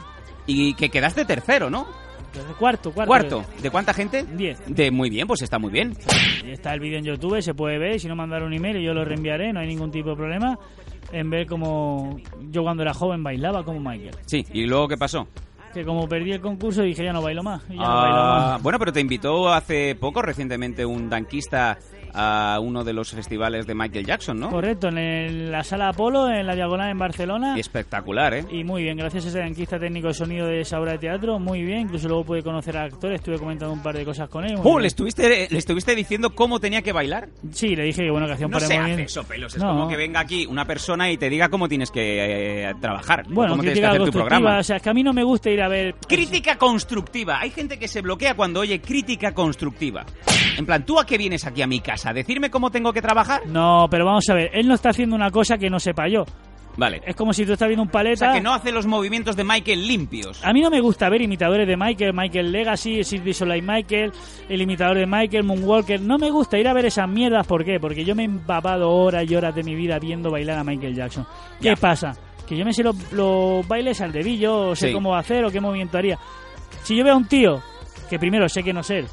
Y que quedaste tercero, ¿no? Entonces, cuarto, cuarto. Cuarto. ¿De cuánta gente? Diez. De muy bien, pues está muy bien. Y Está el vídeo en YouTube, se puede ver. y Si no, mandar un email y yo lo reenviaré, no hay ningún tipo de problema. En ver cómo yo cuando era joven bailaba como Michael. Sí, ¿y luego qué pasó? Que como perdí el concurso dije, ya no bailo más. y ya no bailo Ah, más. bueno, pero te invitó hace poco, recientemente, un danquista a uno de los festivales de Michael Jackson, ¿no? Correcto, en el- la sala Apolo, en la Diagonal en Barcelona. Espectacular, ¿eh? Y muy bien, gracias a ese anquista técnico de sonido de esa obra de teatro, muy bien. Incluso luego pude conocer a actores, estuve comentando un par de cosas con él. muy Oh, bien. ¿le estuviste, ¿Le estuviste diciendo cómo tenía que bailar? Sí, le dije que bueno que hacía un No par de se hace movimientos. eso, pelos. Es No. como que venga aquí una persona y te diga cómo tienes que eh, trabajar, Bueno, cómo tienes que crítica hacer tu constructiva, programa. o sea, es que a mí no me gusta ir a ver... Crítica constructiva. Hay gente que se bloquea cuando oye crítica constructiva. En plan, ¿tú a qué vienes aquí a mi casa? ¿A ¿Decirme cómo tengo que trabajar? No, pero vamos a ver, él no está haciendo una cosa que no sepa yo. Vale. Es como si tú estás viendo un O paleta... sea, que no hace los movimientos de Michael limpios. A mí no me gusta ver imitadores de Michael, Michael Legacy, Sylvie Soleil Michael, el imitador de Michael, Moonwalker. No me gusta ir a ver esas mierdas, ¿por qué? Porque yo me he empapado horas y horas de mi vida viendo bailar a Michael Jackson. ¿Qué pasa? Que yo me sé los, los bailes al dedillo, o sé Sí. cómo hacer o qué movimiento haría. Si yo veo a un tío, que primero sé que no sé,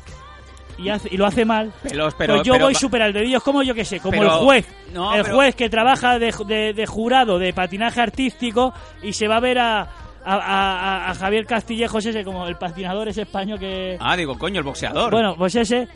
y, hace- y lo hace mal, Pelos, pero- pues yo pero- voy súper al dedillo. Es como yo que sé, como Pero- el juez. no, el pero- juez que trabaja de, de- de jurado de patinaje artístico y se va a ver a, a- a- a- a Javier Castillejos ese, como el patinador ese español que... Ah, digo, coño, el boxeador. Bueno, pues ese.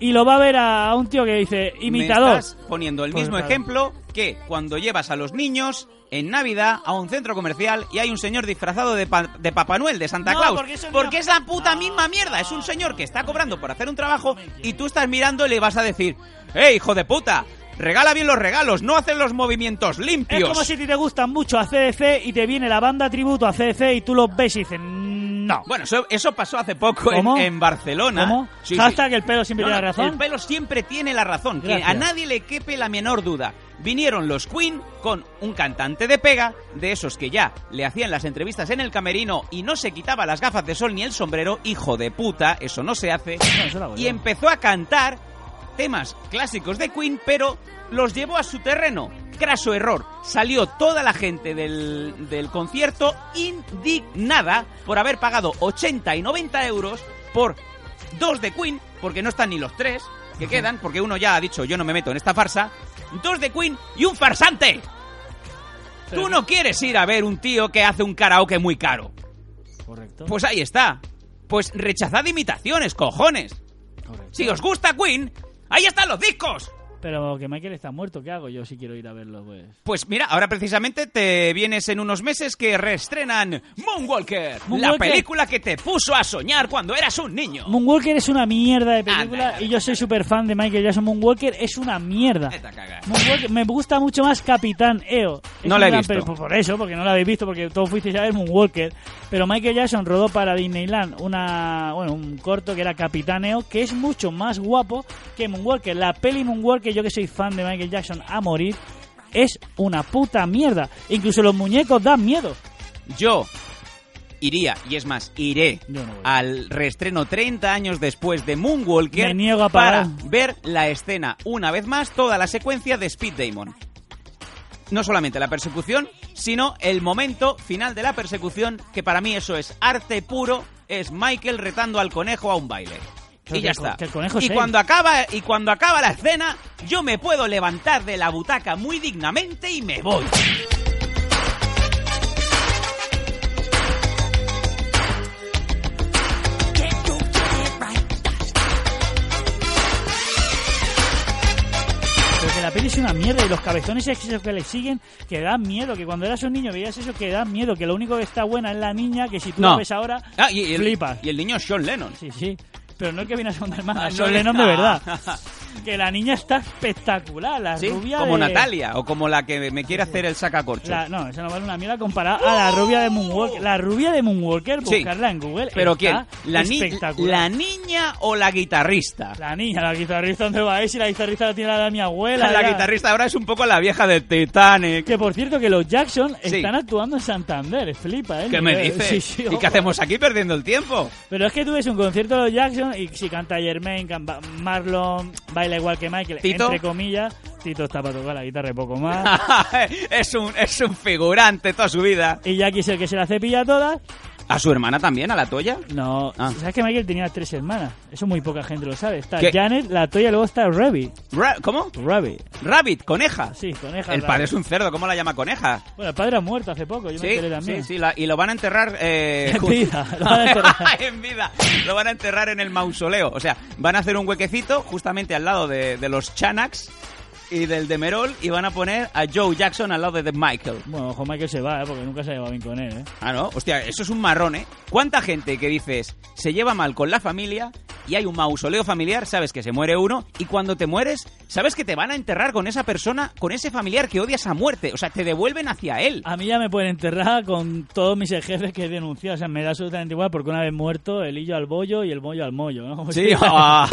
Y lo va a ver a, a un tío que dice, Me imitador. estás poniendo el Pues mismo claro. ejemplo que cuando llevas a los niños en Navidad a un centro comercial y hay un señor disfrazado de, pa- de Papá Noel, de Santa No, Claus. porque eso no- es la puta Ah. misma mierda. Es un señor que está cobrando por hacer un trabajo y tú estás mirando y le vas a decir, ¡Eh, hijo de puta! Regala bien los regalos, no haces los movimientos Es limpios. como si a ti te gustan mucho a CDC y te viene la banda tributo a CDC y tú los ves y dices, no. Bueno, eso, eso pasó hace poco en, ¿Cómo? en Barcelona. ¿Cómo? Sí, sí. Hashtag el pelo siempre No, tiene no, la El razón. pelo siempre tiene la razón. Que Gracias. a nadie le quepe la menor duda. Vinieron los Queen con un cantante de pega, de esos que ya le hacían las entrevistas en el camerino y no se quitaba las gafas de sol ni el sombrero. Hijo de puta, eso no se hace. eso lo hago y yo. empezó a cantar temas clásicos de Queen, pero los llevó a su terreno. Craso error. Salió toda la gente del, del concierto indignada por haber pagado 80 y 90 euros por dos de Queen, porque no están ni los tres que quedan, porque uno ya ha dicho yo no me meto en esta farsa, dos de Queen y un farsante. Tú no quieres ir a ver un tío que hace un karaoke muy caro. Correcto. Pues ahí está. Pues rechazad imitaciones, cojones. Si os gusta Queen, ahí están los discos. Pero que Michael está muerto, ¿qué hago yo si quiero ir a verlo? Pues? Pues mira, ahora precisamente te vienes en unos meses que reestrenan Moonwalker, la Moonwalker. película que te puso a soñar cuando eras un niño. Moonwalker es una mierda de película y yo soy súper fan de Michael Jackson. Moonwalker es una mierda. Eh. Moonwalker- me gusta mucho más Capitán EO. Es No un la he gran visto. pel- Por, por eso, porque no la habéis visto, porque todos fuisteis a ver Moonwalker. Pero Michael Jackson rodó para Disneyland una, bueno, un corto que era Capitán EO, que es mucho más guapo que Moonwalker. La peli Moonwalker, yo que soy fan de Michael Jackson a morir, es una puta mierda. Incluso los muñecos dan miedo. Yo iría, y es más, iré al reestreno 30 años después de Moonwalker Me niego a para pagar. ver la escena, una vez más, toda la secuencia de Speed Damon. No solamente la persecución, sino el momento final de la persecución, que para mí eso es arte puro, es Michael retando al conejo a un baile. Pero y ya que el co- está. que el conejo y es él. cuando acaba y cuando acaba la escena, yo me puedo levantar de la butaca muy dignamente y me voy. Pero que la peli es una mierda y los cabezones esos que le siguen que dan miedo, que cuando eras un niño veías eso que dan miedo, que lo único que está buena es la niña, que si tú la ves ahora, Ah, y, y el, flipas. Y el niño es Sean Lennon. Sí, sí. Pero no es que viene a sonar mal, Ah, son no Lennon está. de verdad. Que la niña está espectacular, la Sí, rubia como de- Natalia o como la que me quiere hacer el sacacorcho. La- no, esa no vale una mierda comparada a la rubia de Moonwalker. La rubia de Moonwalker, Sí. buscarla en Google. ¿Pero está quién? ¿La ni- espectacular. la niña o la guitarrista? La niña, la guitarrista, ¿dónde va? Eh, Si la guitarrista la tiene la de mi abuela. La ya. guitarrista ahora es un poco la vieja del Titanic. Que por cierto, que los Jackson Sí. están actuando en Santander, flipa, ¿eh? ¿Qué me Sí, dices? sí, sí, ¿Y ojo. qué hacemos aquí perdiendo el tiempo? Pero es que tú ves un concierto de los Jackson y si canta Jermaine, canta Marlon, baila igual que Michael, ¿Tito? entre comillas, Tito está para tocar la guitarra y poco más. es, un, es un figurante toda su vida. y Jackie es el que se la cepilla todas. ¿A su hermana también, a la Toya? No. Ah. ¿Sabes que Michael tenía tres hermanas? Eso muy poca gente lo sabe. Está ¿Qué? Janet, la Toya y luego está Rabbit. Ra- ¿Cómo? Rabbit. Rabbit, coneja. Sí, coneja. El Rabbit. padre es un cerdo, ¿cómo la llama coneja? Bueno, el padre ha muerto hace poco, yo me Sí, enteré sí, también. sí, la- y lo van a enterrar... Eh, En ju- vida, lo van a enterrar. en vida. Lo van a enterrar en el mausoleo. O sea, van a hacer un huequecito justamente al lado de, de los Chanax y del de Merol y van a poner a Joe Jackson al lado de The Michael. Bueno, ojo, Michael se va, ¿eh? porque nunca se ha llevado bien con él. ¿eh? Ah, no, hostia, eso es un marrón, ¿eh? ¿Cuánta gente que dices se lleva mal con la familia y hay un mausoleo familiar, sabes que se muere uno y cuando te mueres, sabes que te van a enterrar con esa persona, con ese familiar que odias a muerte? O sea, te devuelven hacia él. A mí ya me pueden enterrar con todos mis jefes que he denunciado. O sea, me da absolutamente igual porque una vez muerto, el hillo al bollo y el bollo al mollo. ¿no? Como Sí, si- ah.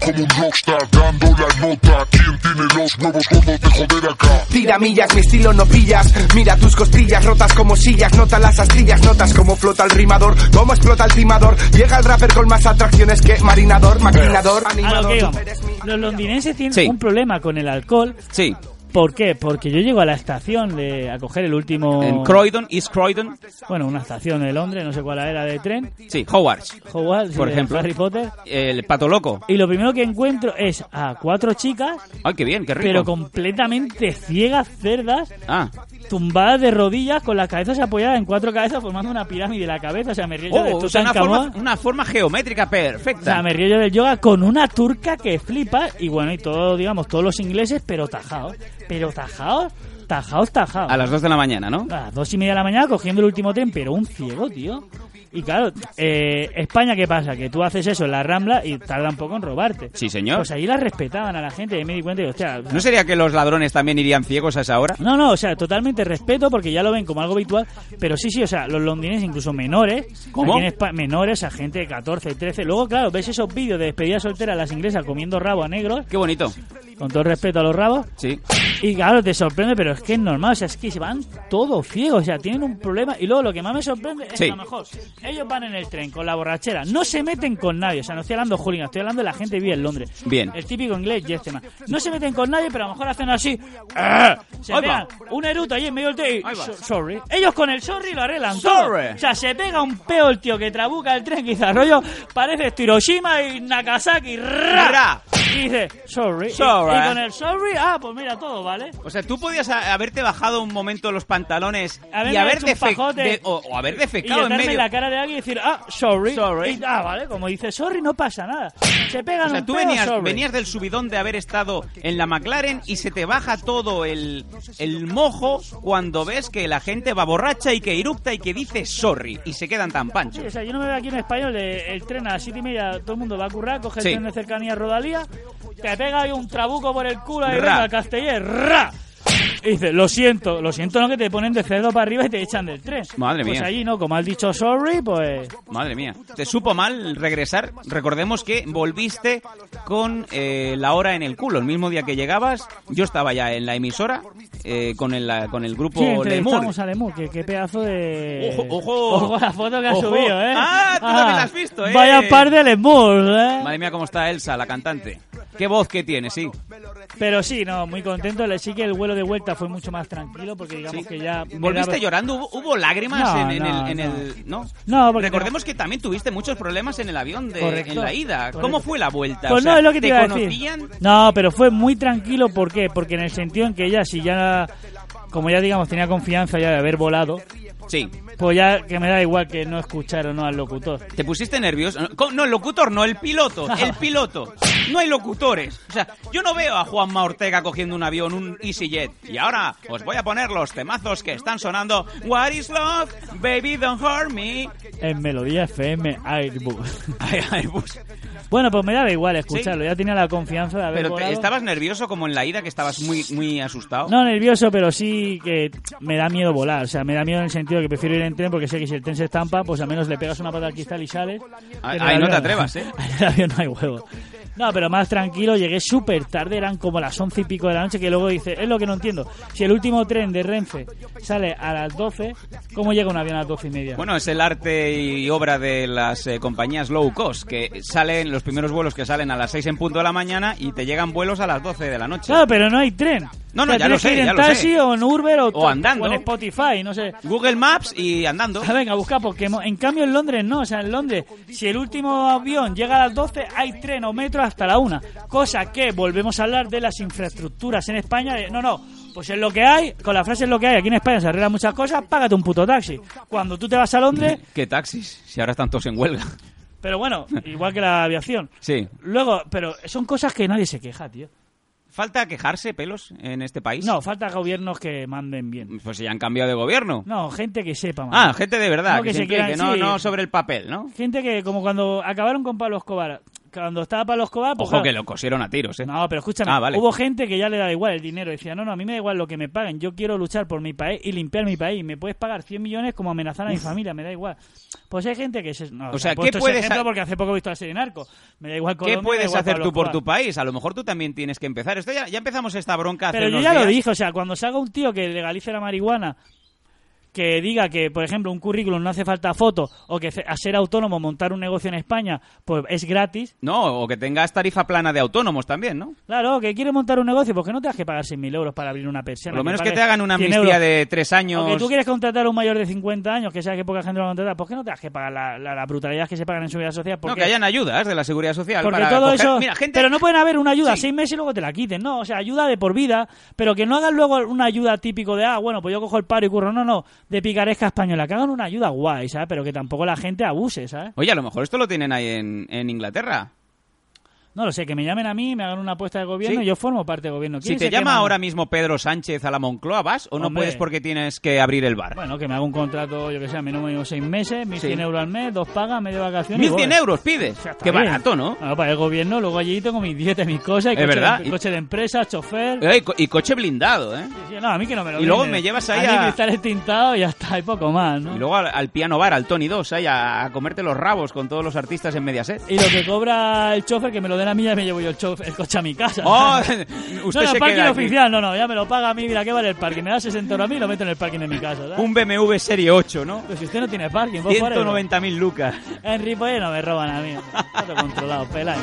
como un rockstar dando la nota. ¿Quién tiene los nuevos gordos de joder acá? Tira millas, mi estilo no pillas. Mira tus costillas rotas como sillas. Nota las astillas, notas como flota el rimador. Cómo explota el timador. Llega el rapper con más atracciones que marinador, maquinador, A lo que animador. íbamos. Los londinenses tienen Sí. un problema con el alcohol. Sí. ¿Por qué? Porque yo llego a la estación de, a coger el último... En Croydon, East Croydon. Bueno, una estación de Londres, no sé cuál era, de tren. Sí, Hogwarts. Hogwarts, Por de ejemplo. Harry Potter. El pato loco. Y lo primero que encuentro es a cuatro chicas, Ay, qué bien, qué rico. pero completamente ciegas, cerdas, Ah, tumbadas de rodillas, con las cabezas apoyadas en cuatro cabezas, formando una pirámide de la cabeza. O sea, me río yo de oh, o sea, una, forma, Tutankamón. una forma geométrica O perfecta. sea, me río yo del yoga con una turca que flipa y bueno, y todo, digamos, todos los ingleses, pero tajados. Pero tajados, tajados, tajados. A las 2 de la mañana, ¿no? A las dos y media de la mañana cogiendo el último tren, pero un ciego, tío. Y claro, eh, España, ¿qué pasa? Que tú haces eso en la Rambla y tarda un poco en robarte. Sí, señor. Pues ahí la respetaban a la gente, y me di cuenta y, hostia... ¿No sería que los ladrones también irían ciegos a esa hora? No, no, o sea, totalmente respeto porque ya lo ven como algo habitual, pero sí, sí, o sea, los londinenses, incluso menores, ¿Cómo? aquí en Espa- menores, a gente de 14, 13. Luego, claro, ves esos vídeos de despedida soltera a las inglesas comiendo rabo a negros. Qué bonito. con todo el respeto a los rabos. Sí. Y claro, te sorprende, pero es que es normal, o sea, es que se van todos ciegos, o sea, tienen un problema. Y luego lo que más me sorprende es Sí. que a lo mejor ellos van en el tren con la borrachera, no se meten con nadie, o sea, no estoy hablando de hooligans, estoy hablando de la gente que vive en Londres. Bien. El típico inglés, y este más. No se meten con nadie, pero a lo mejor hacen así. ¡ah! Se Ahí va. pegan un eruto ahí en medio del tren y, va. "So- Sorry. Ellos con el sorry lo arreglan. todo. Sorry. O sea, se pega un peo el tío que trabuca el tren, quizás rollo, parece Hiroshima y Nagasaki. ¡ra! Ra. Y dice, sorry. Y- Sorry. y con el sorry, ah, pues mira todo, ¿vale? O sea, tú podías a- haberte bajado un momento los pantalones y Haberme haber hecho un defe- fajote. de- o, o haber y defecado en darme medio. la cara de alguien y decir, ah, sorry. Sorry. Y, ah, vale, como dice sorry, no pasa nada. Se pegan O sea, un tú peo, venías, sorry. venías del subidón de haber estado en la McLaren y se te baja todo el, el mojo cuando ves que la gente va borracha y que eructa y que dice sorry y se quedan tan Sí, panchos. o sea, yo no me veo aquí en español de el tren a las siete y media, todo el mundo va a currar, coge Sí. el tren de cercanía a Rodalía, te pega ahí un trabuco por el culo ahí Ra. venga, al castellé, ra. Y dice, lo siento, lo siento no que te ponen de cerdo para arriba y te echan del tren. Madre pues mía. allí no, como has dicho sorry, pues Madre mía, te supo mal regresar. Recordemos que volviste con eh, la hora en el culo. El mismo día que llegabas, yo estaba ya en la emisora eh, con, el, la- con el grupo sí, Lemur. entrevistamos a Lemur, que qué pedazo de... Ojo, ojo. a la foto que ha Ojo. subido, ¿eh? Ah, tú también la has visto, ¿eh? Vaya par de Lemur, ¿eh? Madre mía, cómo está Elsa, la cantante. Qué voz que tiene, sí. Pero sí, no, muy contento. Le- Sí que el vuelo de vuelta fue mucho más tranquilo porque digamos que ya... me ¿Volviste daba- llorando? ¿Hubo, hubo lágrimas No, en, en no, el, en no. el- ¿no? No, porque Recordemos que también tuviste muchos problemas en el avión de, Correcto, en la ida. correcto. ¿Cómo fue la vuelta? O Pues sea, no, es lo que te, iba a conocían? decir. No, pero fue muy tranquilo, ¿por qué? Porque en el sentido en que ella, si ya, como ya digamos, tenía confianza ya de haber volado, Sí. pues ya que me da igual que no escuchar o no al locutor. ¿Te pusiste nervioso? Co- No, el locutor, no, el piloto. El piloto. No hay locutores. O sea, yo no veo a Juanma Ortega cogiendo un avión, un EasyJet. Y ahora os voy a poner los temazos que están sonando. What is love? Baby, don't hurt me. En Melodía FM Airbus. Airbus. Bueno, pues me daba igual escucharlo, ya tenía la confianza de haber Pero te- volado. estabas nervioso como en la ida que estabas muy, muy asustado. No nervioso, pero sí que me da miedo volar. O sea, me da miedo en el sentido que prefiero ir en tren porque sé que si el tren se estampa, pues al menos le pegas una pata al cristal y sales. Ahí- Pero ahí el no te avión- atrevas, ¿eh? en el avión no hay huevo. No, pero más tranquilo, llegué súper tarde, eran como las once y pico de la noche, que luego dice, es lo que no entiendo. Si el último tren de Renfe sale a las 12, ¿cómo llega un avión a las doce y media? Bueno, es el arte y obra de las eh, compañías low cost, que salen los primeros vuelos que salen a las 6 en punto de la mañana y te llegan vuelos a las 12 de la noche. Claro, pero no hay tren. No, no, O sea, ya lo tienes que sé, ir en ya lo sé. taxi o en Uber o, O andando. o en Spotify, no sé. Google Maps y andando. Ah, venga, busca Pokémon. En cambio, en Londres no. O sea, en Londres, si el último avión llega a las 12, hay tren o metro hasta la 1. Cosa que volvemos a hablar de las infraestructuras en España. de, no, no. Pues es lo que hay. Con la frase es lo que hay. Aquí en España se arreglan muchas cosas. Págate un puto taxi. Cuando tú te vas a Londres. ¿Qué taxis? Si ahora están todos en huelga. Pero bueno, igual que la aviación. Sí. Luego, pero son cosas que nadie se queja, tío. ¿Falta quejarse, pelos, en este país? No, falta gobiernos que manden bien. Pues ya han cambiado de gobierno. No, gente que sepa más. Ah, gente de verdad, No, que, que se se implique, quieran, no, sí. no sobre el papel, ¿no? Gente que, como cuando acabaron con Pablo Escobar. Cuando estaba Pablo Escobar, pues Ojo claro, que lo cosieron a tiros, ¿eh? No, pero escúchame, Ah, vale. hubo gente que ya le da igual el dinero. Decía, no, no, a mí me da igual lo que me paguen. Yo quiero luchar por mi país y limpiar mi país. Me puedes pagar 100 millones como amenazar a mi familia, me da igual. Pues hay gente que se... No, O sea, he ¿qué puesto ese puedes ejemplo ha- porque hace poco he visto la serie Narco. Me da igual Colombia, ¿Qué me da puedes igual hacer Pablo tú por tu Escobar. país? A lo mejor tú también tienes que empezar. Esto ya, ya empezamos esta bronca hace Pero yo unos ya lo días. dije, o sea, cuando salga un tío que legalice la marihuana, que diga que, por ejemplo, un currículum no hace falta foto, o que ce- a ser autónomo, montar un negocio en España, pues es gratis, No, o que tengas tarifa plana de autónomos también, ¿no? Claro, que quiere montar un negocio, porque no te has que pagar 6.000 euros para abrir una persiana. Por lo menos que pagues te hagan una 100 amnistía euros. de tres O que años. tú quieres contratar a un mayor de 50 años, que sabes que poca gente lo va a contratar, ¿por qué no te has que pagar la, la, la brutalidad que se pagan en su vida social? No, Porque, que hayan ayudas de la seguridad social. porque para todo coger- eso... Mira, gente. Pero no pueden haber una ayuda Sí. seis meses y luego te la quiten, ¿no? O sea, ayuda de por vida, pero que no hagan luego una ayuda típico de, ah, bueno, pues yo cojo el paro y curro. No, no, de picaresca española. Que hagan una ayuda guay, ¿sabes? Pero que tampoco la gente abuse, ¿sabes? Oye, a lo mejor esto lo tienen ahí en, en Inglaterra. No lo sé, que me llamen a mí, me hagan una apuesta de gobierno Sí. y yo formo parte de gobierno. Si ¿Quién te se llama quema? ahora mismo Pedro Sánchez a la Moncloa, ¿vas o no Hombre. puedes porque tienes que abrir el bar? Bueno, que me haga un contrato, yo que sé, a mínimo mínimo seis meses, 1.100 Sí. euros al mes, dos pagas, medio vacaciones. y 1.100 voy. euros pides. Está Qué bien. barato, ¿no? Bueno, para Ah, pues el gobierno, luego allí tengo mis dietas, mis cosas, y Es coche, verdad. De, em, coche de empresa, chofer. Eh, y co- y coche blindado, ¿eh? Sí, No, a mí que no me lo Y luego venden. me llevas ahí A mí a- cristales tintados y ya está, hay poco más, ¿no? Y luego al, al piano bar, al Tony 2, ahí a, a comerte los rabos con todos los artistas en Mediaset. Y lo que cobra el chofer que me lo den la milla me llevo yo el, cho- el coche a mi casa. Oh, usted no, no, se parking queda aquí. oficial, no, no, ya me lo paga a mí, mira, ¿qué vale el parking? Me da 60 euros a mí y lo meto en el parking de mi casa. ¿sabes? Un BMW Serie 8, ¿no? Pero si usted no tiene parking, vos por euros. 190.000 lucas. En Ripoll no me roban a mí. Todo controlado, peláis.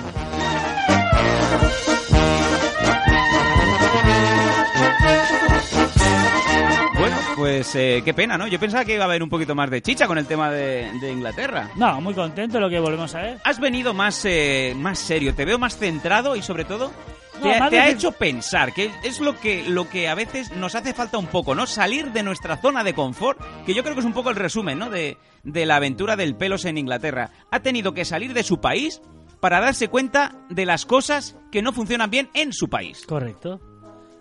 Bueno, pues eh, qué pena, ¿no? Yo pensaba que iba a haber un poquito más de chicha con el tema de, de Inglaterra. No, muy contento lo que volvemos a ver. Has venido más, eh, más serio, te veo más centrado y sobre todo No, te, ha- más te ha de- hecho pensar, que es lo que, lo que a veces nos hace falta un poco, ¿no? Salir de nuestra zona de confort, que yo creo que es un poco el resumen, ¿no? De, de la aventura del pelos en Inglaterra. Ha tenido que salir de su país para darse cuenta de las cosas que no funcionan bien en su país. Correcto.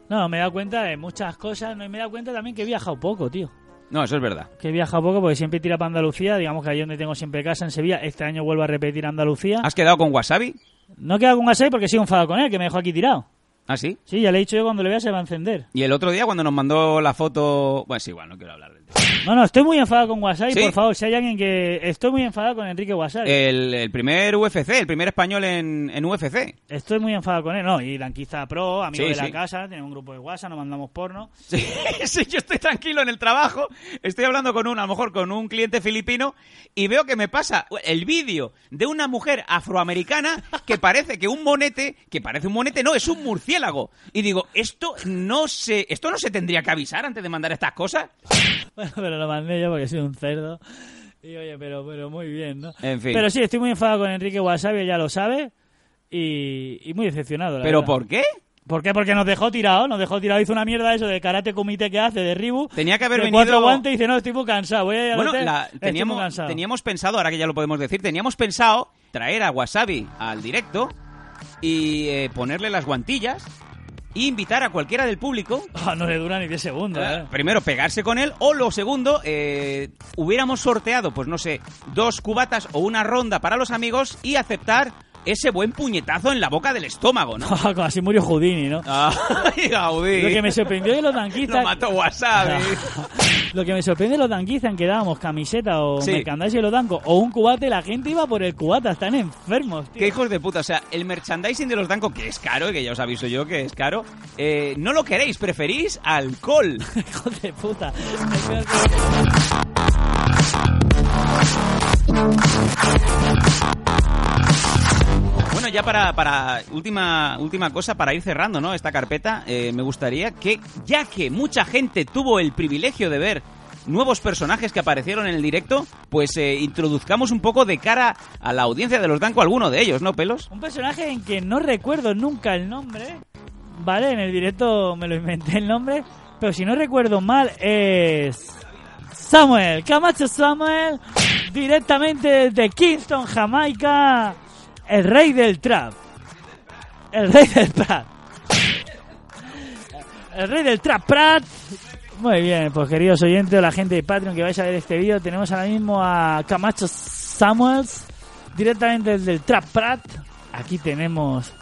No, me he dado cuenta de muchas cosas. No, y me he dado cuenta también que he viajado poco, tío. No, eso es verdad. Que he viajado poco porque siempre tira para Andalucía. Digamos que ahí es donde tengo siempre casa, en Sevilla. Este año vuelvo a repetir Andalucía. ¿Has quedado con Wasabi? No he quedado con Gasai porque sigo enfadado con él, que me dejó aquí tirado. ¿Ah, sí? Sí, ya le he dicho yo cuando le vea se va a encender. Y el otro día cuando nos mandó la foto... Bueno, es igual, no quiero hablar. del tema. No, no, estoy muy enfadado con Guasai, Sí. Eh. por favor, si hay alguien que... Estoy muy enfadado con Enrique Guasai. El, el primer UFC, el primer español en, en UFC. Estoy muy enfadado con él. No, y Danquista Pro, amigo Sí, de la sí. casa, tiene un grupo de WhatsApp, nos mandamos porno. sí, yo estoy tranquilo en el trabajo, estoy hablando con un, a lo mejor con un cliente filipino y veo que me pasa el vídeo de una mujer afroamericana que parece que un monete, que parece un monete, no, es un murciélago. Y digo, esto no se, esto no se tendría que avisar antes de mandar estas cosas. Bueno, pero lo mandé yo porque soy un cerdo. Y oye, pero, pero muy bien, ¿no? En fin. Pero sí, estoy muy enfadado con Enrique Wasabi, ya lo sabe. Y, y muy decepcionado. la ¿Pero verdad. por qué? ¿Por qué? Porque nos dejó tirado, nos dejó tirado. Hizo una mierda eso de karate comité que hace, de Ribu. Tenía que haber de venido- cuatro guantes y dice, no, estoy muy cansado. Voy a ir al Bueno, hotel, la- estoy muy teníamos, cansado. teníamos pensado, ahora que ya lo podemos decir, teníamos pensado traer a Wasabi al directo y eh, ponerle las guantillas y invitar a cualquiera del público. Ah, no le dura ni 10 segundos, ¿eh? Primero, pegarse con él, o lo segundo, eh, hubiéramos sorteado, pues no sé, dos cubatas o una ronda para los amigos y aceptar ese buen puñetazo en la boca del estómago, ¿no? ¿eh? Así murió Houdini, ¿no? Ay, Gaudí. Lo que me sorprendió de los danquistas... Lo mató Wasabi. Lo que me sorprende los danquizan que dábamos camiseta o Sí. merchandising de los dancos o un cubate, la gente iba por el cubata, están enfermos, tío. Qué hijos de puta, o sea, el merchandising de los Danco, que es caro, y que ya os aviso yo que es caro, eh, no lo queréis, preferís alcohol. Hijos de puta. Bueno, ya para, para última, última cosa, para ir cerrando ¿no? esta carpeta, eh, me gustaría que, ya que mucha gente tuvo el privilegio de ver nuevos personajes que aparecieron en el directo, pues eh, introduzcamos un poco de cara a la audiencia de los Danco alguno de ellos, ¿no, pelos? Un personaje en que no recuerdo nunca el nombre, ¿vale? En el directo me lo inventé el nombre, pero si no recuerdo mal es... Samuel, Camacho Samuel, directamente de Kingston, Jamaica, el rey del trap. El rey del trap. El rey del trap Prat. Muy bien, pues queridos oyentes, la gente de Patreon que vais a ver este vídeo, tenemos ahora mismo a Camacho Samuels, directamente desde el Trap Prat. Aquí tenemos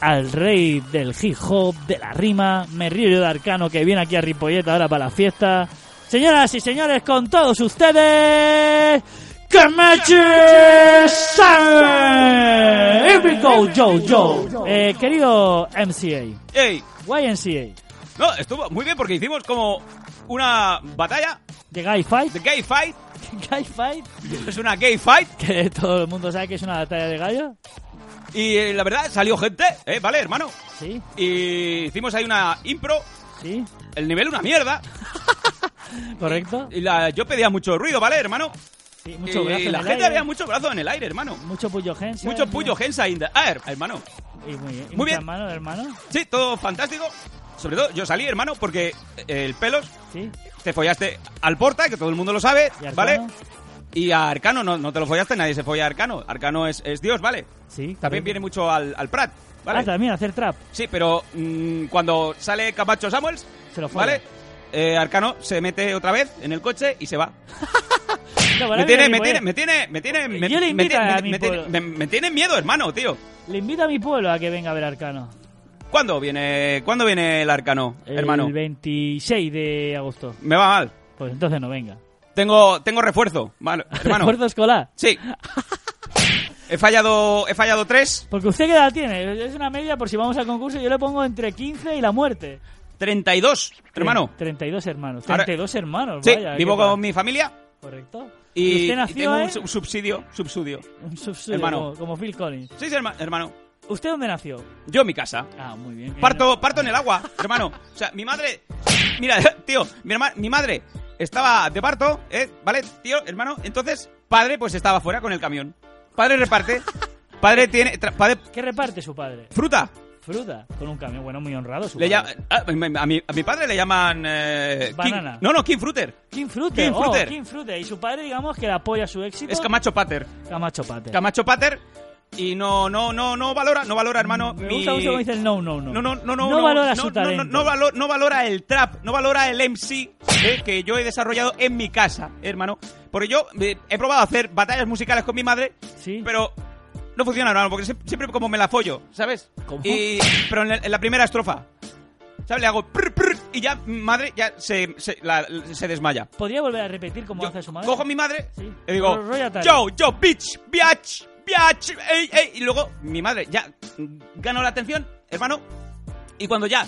al rey del hip hop, de la rima, me río yo de Arcano, que viene aquí a Ripollet ahora para la fiesta. Señoras y señores, con todos ustedes, Camacho Samuels. Here we go, yo, yo. Eh, querido MCA, ¡Ey! YMCA. No, estuvo muy bien porque hicimos como una batalla. ¿De Guy Fight? ¿De Gay Fight? ¿Guy Fight? Es una Gay Fight. Que todo el mundo sabe que es una batalla de gallo. Y eh, la verdad, salió gente, ¿eh? ¿Vale, hermano? Sí. Y hicimos ahí una impro. Sí. El nivel una mierda. Correcto. Y la, yo pedía mucho ruido, ¿vale, hermano? Sí, mucho y brazo en la el gente aire. había mucho brazo en el aire, hermano. Mucho puyo gens. Mucho puyo gensa in the air, hermano. Y muy bien. y Muy mucha bien. mano, hermano. Sí, todo fantástico. Sobre todo, yo salí, hermano, porque eh, el pelos Sí. te follaste al porta, que todo el mundo lo sabe, ¿Y Arcano? ¿vale? Y a Arcano no, no te lo follaste, nadie se folla a Arcano. Arcano es, es Dios, ¿vale? Sí. También correcto. viene mucho al, al Prat, ¿vale? Ah, también hacer trap. Sí, pero mm, cuando sale Camacho Samuels, Se lo folla. ¿vale? Eh, Arcano se mete otra vez en el coche y se va. No, Me bueno, tiene, mira, me Ripollet. tiene, me tiene, me tiene, me, eh. Yo le me invito tiene- a me- mi me tiene- pueblo. me- me tiene miedo, hermano, tío. Le invito a mi pueblo a que venga a ver Arcano. ¿Cuándo viene, cuándo viene el Arcano, hermano? El 26 de agosto. Me va mal. Pues entonces no venga. Tengo, tengo refuerzo, vale, hermano. Refuerzo escolar. Sí. He fallado, he fallado tres. Porque usted qué edad tiene. Es una media por si vamos al concurso. Yo le pongo entre 15 y la muerte. 32, hermano. 32 hermanos. Ahora- 32 hermanos. Sí, vaya, vivo qué pa- con mi familia. Correcto. Y, usted y nació, tengo eh? un sub- subsidio, subsidio. Un subsidio, hermano. Como, como Phil Collins. Sí, sí, herma- hermano. ¿Usted dónde nació? Yo en mi casa. Ah, muy bien. Parto, parto en el agua, hermano. O sea, mi madre. Mira, tío, mi, herma- mi madre estaba de parto, ¿eh? ¿Vale, tío, hermano? Entonces, padre, pues estaba fuera con el camión. Padre reparte. Padre tiene. tra- padre, ¿Qué reparte su padre? fruta. Fruta. Con un camión. Bueno, muy honrado su Le padre. llama- ah, a, mi- a mi, a mi padre le llaman. eh, King- Banana. no, no, King Fruiter. King Fruiter. King oh, Fruiter. King Fruiter. Y su padre, digamos, que le apoya su éxito. Es Camacho Pater. Camacho Pater. Camacho Pater. Y no, no, no, no valora, no valora, hermano. Me mi- gusta mucho cómo dice el no, no, no. No, no, no, no. No valora no, su no, no, talento. No, valo- no valora el trap, no valora el MC eh, que yo he desarrollado en mi casa, hermano. Porque yo eh, he probado a hacer batallas musicales con mi madre, pero no funciona, hermano, porque sie- siempre como me la follo, ¿sabes? Y, pero en la, en la primera estrofa, ¿sabes? Le hago prr, prr, y ya, madre, ya se, se, la- se desmaya. ¿Podría volver a repetir cómo hace su madre? Cojo a mi madre y Pero digo, rollo Atari. yo, yo, bitch, biatch, biatch, ey, ey. Y luego mi madre ya ganó la atención, hermano. Y cuando ya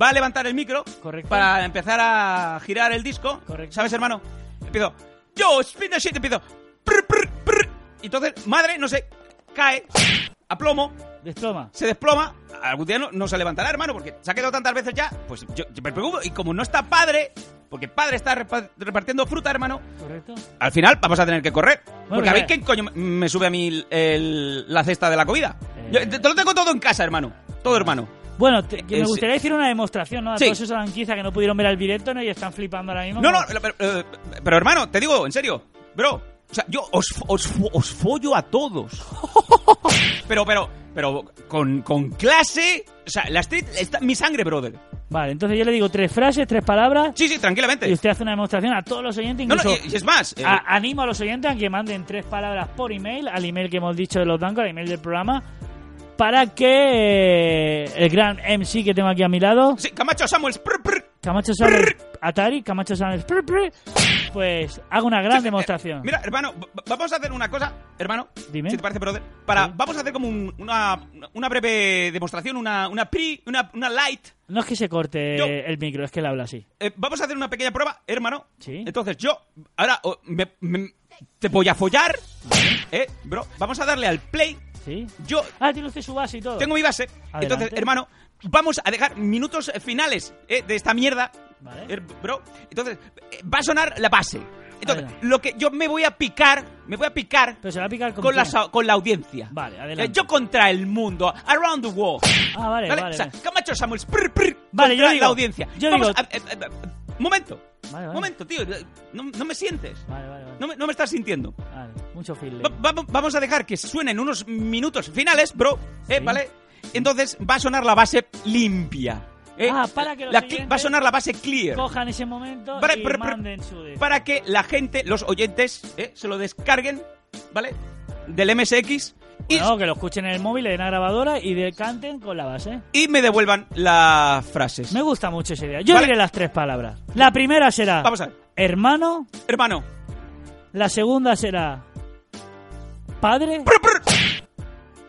va a levantar el micro para empezar a girar el disco, ¿sabes, hermano? Empiezo, yo, spin the shit, empiezo, prr, prr, prr. Y entonces, madre, no sé, cae a plomo. Desploma. Se desploma. Algún día no, no se levantará, hermano, porque se ha quedado tantas veces ya. Pues yo, yo me preocupo. Y como no está padre, porque padre está repa- repartiendo fruta, hermano, ¿Correcto? al final vamos a tener que correr. porque pues, a ver eh. quién coño me- me sube a mí el- el- la cesta de la comida. Yo te, te lo tengo todo en casa, hermano. Todo, hermano. Bueno, te- que me Es- gustaría decir una demostración, ¿no? A Sí. todos esos aranquizas que no pudieron ver al directo ¿no? y están flipando ahora mismo. No, no, pero, eh, pero, hermano, te digo, en serio. Bro, o sea, yo os, os, os follo a todos. pero, pero, pero con, con clase. O sea, la street está mi sangre, brother. Vale, entonces yo le digo tres frases, tres palabras. Sí, sí, tranquilamente. Y usted hace una demostración a todos los oyentes, No, no, incluso... y- y es más, eh, a- animo a los oyentes a que manden tres palabras por email, al email que hemos dicho de los bancos, al email del programa, para que eh, el gran MC que tengo aquí a mi lado... Sí, Camacho Samuels... Camacho Samuels Atari, Camacho Samuels... prr, prr, pues haga una gran demostración. eh, Mira, hermano, v- v- vamos a hacer una cosa, hermano. Dime. Si te parece, brother. Para, Vamos a hacer como un- una, una breve demostración, una, una pre, una, una light. No es que se corte Yo- el micro, es que él habla así. Eh, vamos a hacer una pequeña prueba, hermano. Sí. Entonces yo, ahora oh, me- me- te voy a follar. Eh, bro, vamos a darle al play. Sí. Yo. Ah, tiene usted su base y todo. Tengo mi base. Adelante. Entonces, hermano, vamos a dejar minutos eh, finales eh, de esta mierda. Eh, bro, entonces, eh, va a sonar la base. Entonces, lo que yo me voy a picar, me voy a picar, con con, la, quién? sa- con la audiencia. Vale, Eh, adelante. yo contra el mundo, around the world. Ah, vale, vale. O sea, vale. Camacho Samuels, prr, prr, Vale, contra yo digo- la audiencia. yo Vamos digo- a- eh, eh, eh, momento, Vale, vale. momento, tío, eh, no, no me sientes. Vale, vale, vale. No me, no me estás sintiendo. Vale, mucho feeling. Va- va- vamos a dejar que suenen unos minutos finales, bro. ¿eh? ¿Vale? Entonces va a sonar la base limpia. ¿eh? Ah, para que los La cli- oyentes Va a sonar la base clear. Cojan ese momento Para- y para- para- manden su... de- Para que la gente, los oyentes, ¿eh? se lo descarguen, ¿vale? Del MSX y, No, que lo escuchen en el móvil, le den a grabadora y de canten con la base. y me devuelvan las frases. Me gusta mucho esa idea. Yo Vale. diré las tres palabras. La primera será... Vamos a ver. Hermano. Hermano. La segunda será... Padre.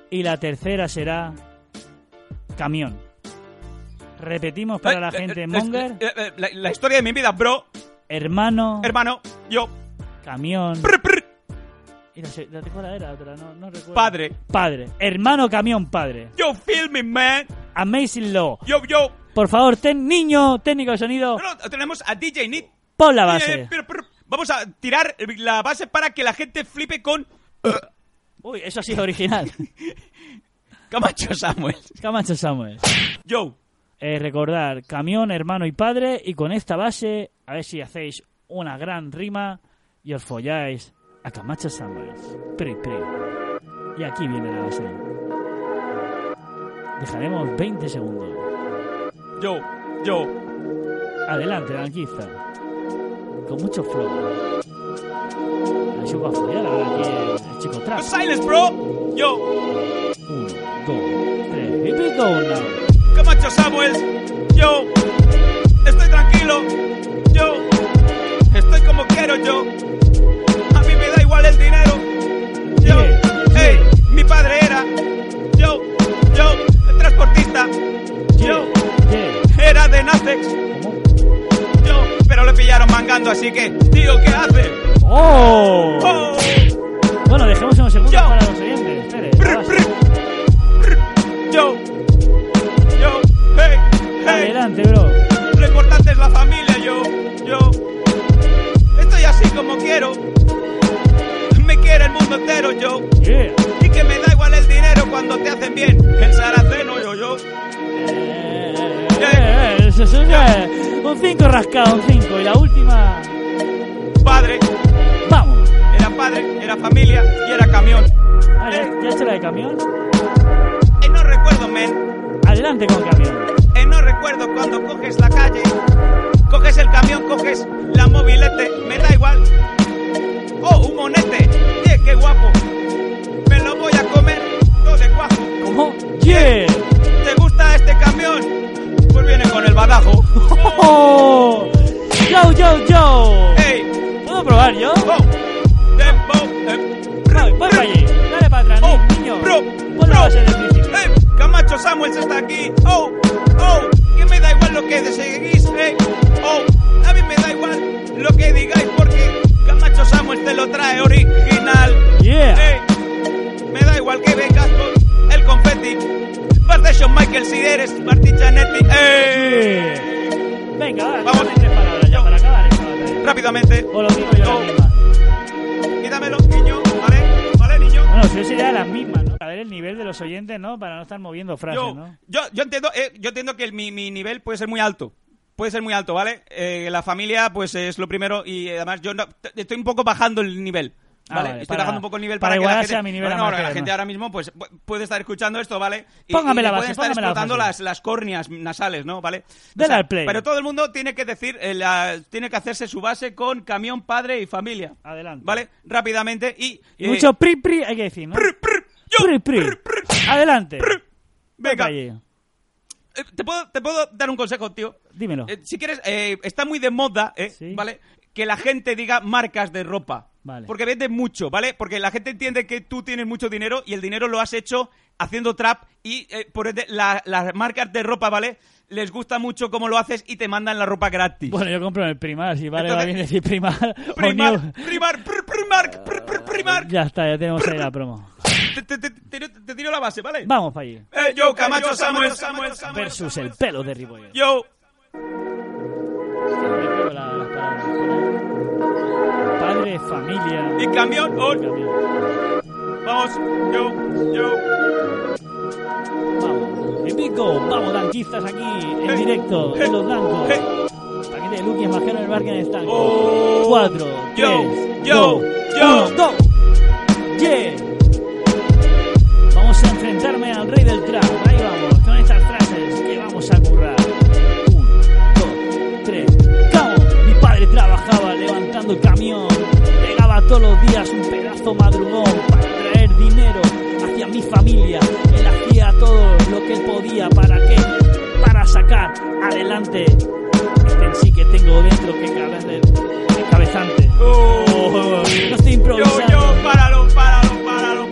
Y la tercera será... Camión. Repetimos para la Eh, eh, gente eh, Monger. eh, eh, la, la historia de mi vida, bro. Hermano. Hermano, yo. Camión. Y la, se- la- ¿Cuál era la otra? No, no recuerdo. Padre. Padre. Hermano camión padre. Yo feel me, man. Amazing Law. Yo, yo. Por favor, ten niño, técnico de sonido, No, no, tenemos a DJ Need. pon Oh. la base. Eh, Vamos a tirar la base para que la gente flipe con Uy, eso ha sido original. Camacho Samuel. Camacho Samuel. Yo. Eh, recordar, camión, hermano y padre, y con esta base, a ver si hacéis una gran rima y os folláis a Camacho Samuel. Pri, pri. Y aquí viene la base. Dejaremos 20 segundos. Yo, yo. Adelante, Danquiza. Con mucho flow. A ver si os va a follar ahora aquí el- el chico trap. Silence, bro. Yo. Uno, dos, tres. Here we go now. Camacho Samuels. Yo. Estoy tranquilo. Yo. Estoy como quiero yo. A mí me da igual el dinero. Yo. Hey, Así que, tío, ¿qué haces? ¡Oh! Bueno, dejemos unos segundos para los oyentes. Espere. Yo, yo, hey, hey. Adelante, bro. Lo importante es la familia, yo, yo. Estoy así como quiero. Me quiere el mundo entero, yo. Y que me da igual el dinero cuando te hacen bien. El saraceno, yo, yo. Eh, eso es un- eh, un 5 rascado, un 5. Y la última. Padre. Vamos. Era padre, era familia y era camión. Ah, ¿ya, ya está la de camión? Eh, no recuerdo, men. Adelante con camión. Eh, no recuerdo cuando coges la calle. Coges el camión, coges la mobilete. Me da igual. Oh, un monete. Yeah, qué guapo. Me lo voy a comer todo de cuajo. ¿Cómo? Yeah. ¿Te gusta este camión? Pues viene con el badajo. Oh. Yo, yo, yo. Eh. Hey. oh, eh, ¿Puedo probar yo? Voy, voy para allí. Dale para atrás, niño. oh, Bro, Pon la base del principio. Eh, Camacho Samuels está aquí. Oh, oh, que me da igual lo que seguís, eh. Oh, a mí me da igual lo que digáis porque Camacho Samuels te lo trae original. Yeah. Eh, me da igual que vengas con el confeti. Vas de Shawn Michael si eres Martín Janetti. Eh. Venga, ahora Vamos. tres palabras ya para acabar esta batalla. Rápidamente. Oh. O lo digo yo la misma. Quítamelo, niño. Vale, vale, niño. Bueno, si yo sería las mismas, ¿no? A ver el nivel de los oyentes, ¿no? Para no estar moviendo frases, yo, ¿no? yo, yo entiendo, eh, yo entiendo que el- mi, mi nivel puede ser muy alto. Puede ser muy alto, ¿vale? Eh, la familia, pues es lo primero. Y eh, además, yo no- t- estoy un poco bajando el nivel. Ah, ¿Vale? vale, Estoy para- bajando un poco el nivel para para, que la igualarse gente, a mi nivel No, no, amateur, la gente ¿no? ahora mismo pues pu- puede estar escuchando esto, ¿vale? Y, Póngame y la le base, pueden estar póngame la explotando base. las, las córneas nasales, ¿no? ¿Vale? O Dale al play. Pero todo el mundo tiene que decir, eh, la- tiene que hacerse su base con camión, padre y familia. Adelante. ¿Vale? Rápidamente y... Y eh, mucho pri pri hay que decir, ¿no? Pri pri. Adelante. Venga. Allí. Eh, ¿Te puedo, te puedo dar un consejo, tío. Dímelo. Eh, si quieres, eh, está muy de moda, ¿eh? ¿Vale? Que la gente diga marcas de ropa. Vale. Porque vende mucho, ¿vale? Porque la gente entiende que tú tienes mucho dinero y el dinero lo has hecho haciendo trap y eh, por ende la- las marcas de ropa, ¿vale? Les gusta mucho cómo lo haces y te mandan la ropa gratis. Bueno, yo compro en el primar, si vale, va Entonces- bien decir primar. o primar, New. primar, pr- primark, pr- pr- primark. Ya está, ya tenemos ahí la promo. Te, te- te- te- te tiro la base, ¿vale? Vamos para allí. Eh, yo, Camacho Samuel, Samuel, Versus el pelo de Riboyer. Yo, Padre, familia. Y oh, camión, on. Vamos, yo, yo. Vamos, en Vico, vamos, danquistas aquí, en directo, en los blancos. Paquete de Lucky más caro en el bar que en el estanco. Cuatro, Oh, yo, tres, yo, dos, yo. uno, dos. Yeah. Vamos a enfrentarme al rey del trap. Ahí vamos, con estas frases que vamos a currar. Uno, dos, tres, vamos. Mi padre trabajaba levantando el camión. Llegaba todos los días un pedazo madrugón para traer dinero hacia mi familia. Él hacía todo lo que él podía. ¿Para qué? Para sacar adelante este en sí que tengo dentro que cabe- que cabezante. no estoy improvisando. Oh, Yo, yo, páralo, páralo,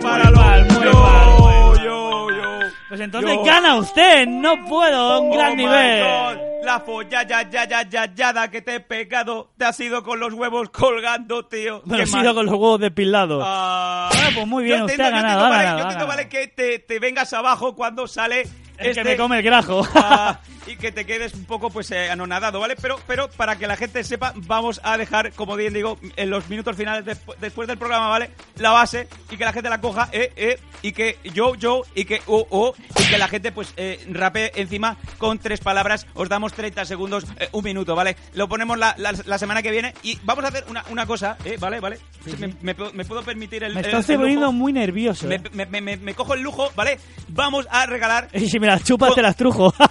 páralo, páralo. muy yo, mal, yo, yo. Pues entonces yo. gana usted, no puedo, un Oh my gran nivel. God, La folla ya ya ya ya yada que te he pegado, te has ido con los huevos colgando, tío. Me lo Qué he mal. sido con los huevos depilados. Ah, Bueno, pues muy bien, yo usted entiendo- ha yo ganado, entiendo, ha vale, ganado, Yo ha entiendo, ganado. vale, que te, te vengas abajo cuando sale El este- que me come el grajo. Ah, y que te quedes un poco pues eh, anonadado, ¿vale? Pero, pero para que la gente sepa, vamos a dejar, como bien digo, en los minutos finales despu- después del programa, ¿vale? La base y que la gente la coja, eh, eh, y que yo, yo, y que oh, oh, y que la gente pues eh, rapee encima con tres palabras. Os damos 30 segundos, eh, un minuto, ¿vale? Lo ponemos la, la- la semana que viene y vamos a hacer una, una cosa, ¿eh? ¿Vale? ¿Vale? Me, me puedo- me puedo permitir el... me el- estás el este lujo. poniendo muy nervioso. Me, eh. me- me- me- me cojo el lujo, ¿vale? Vamos a regalar Y si me las chupas, te las trujo.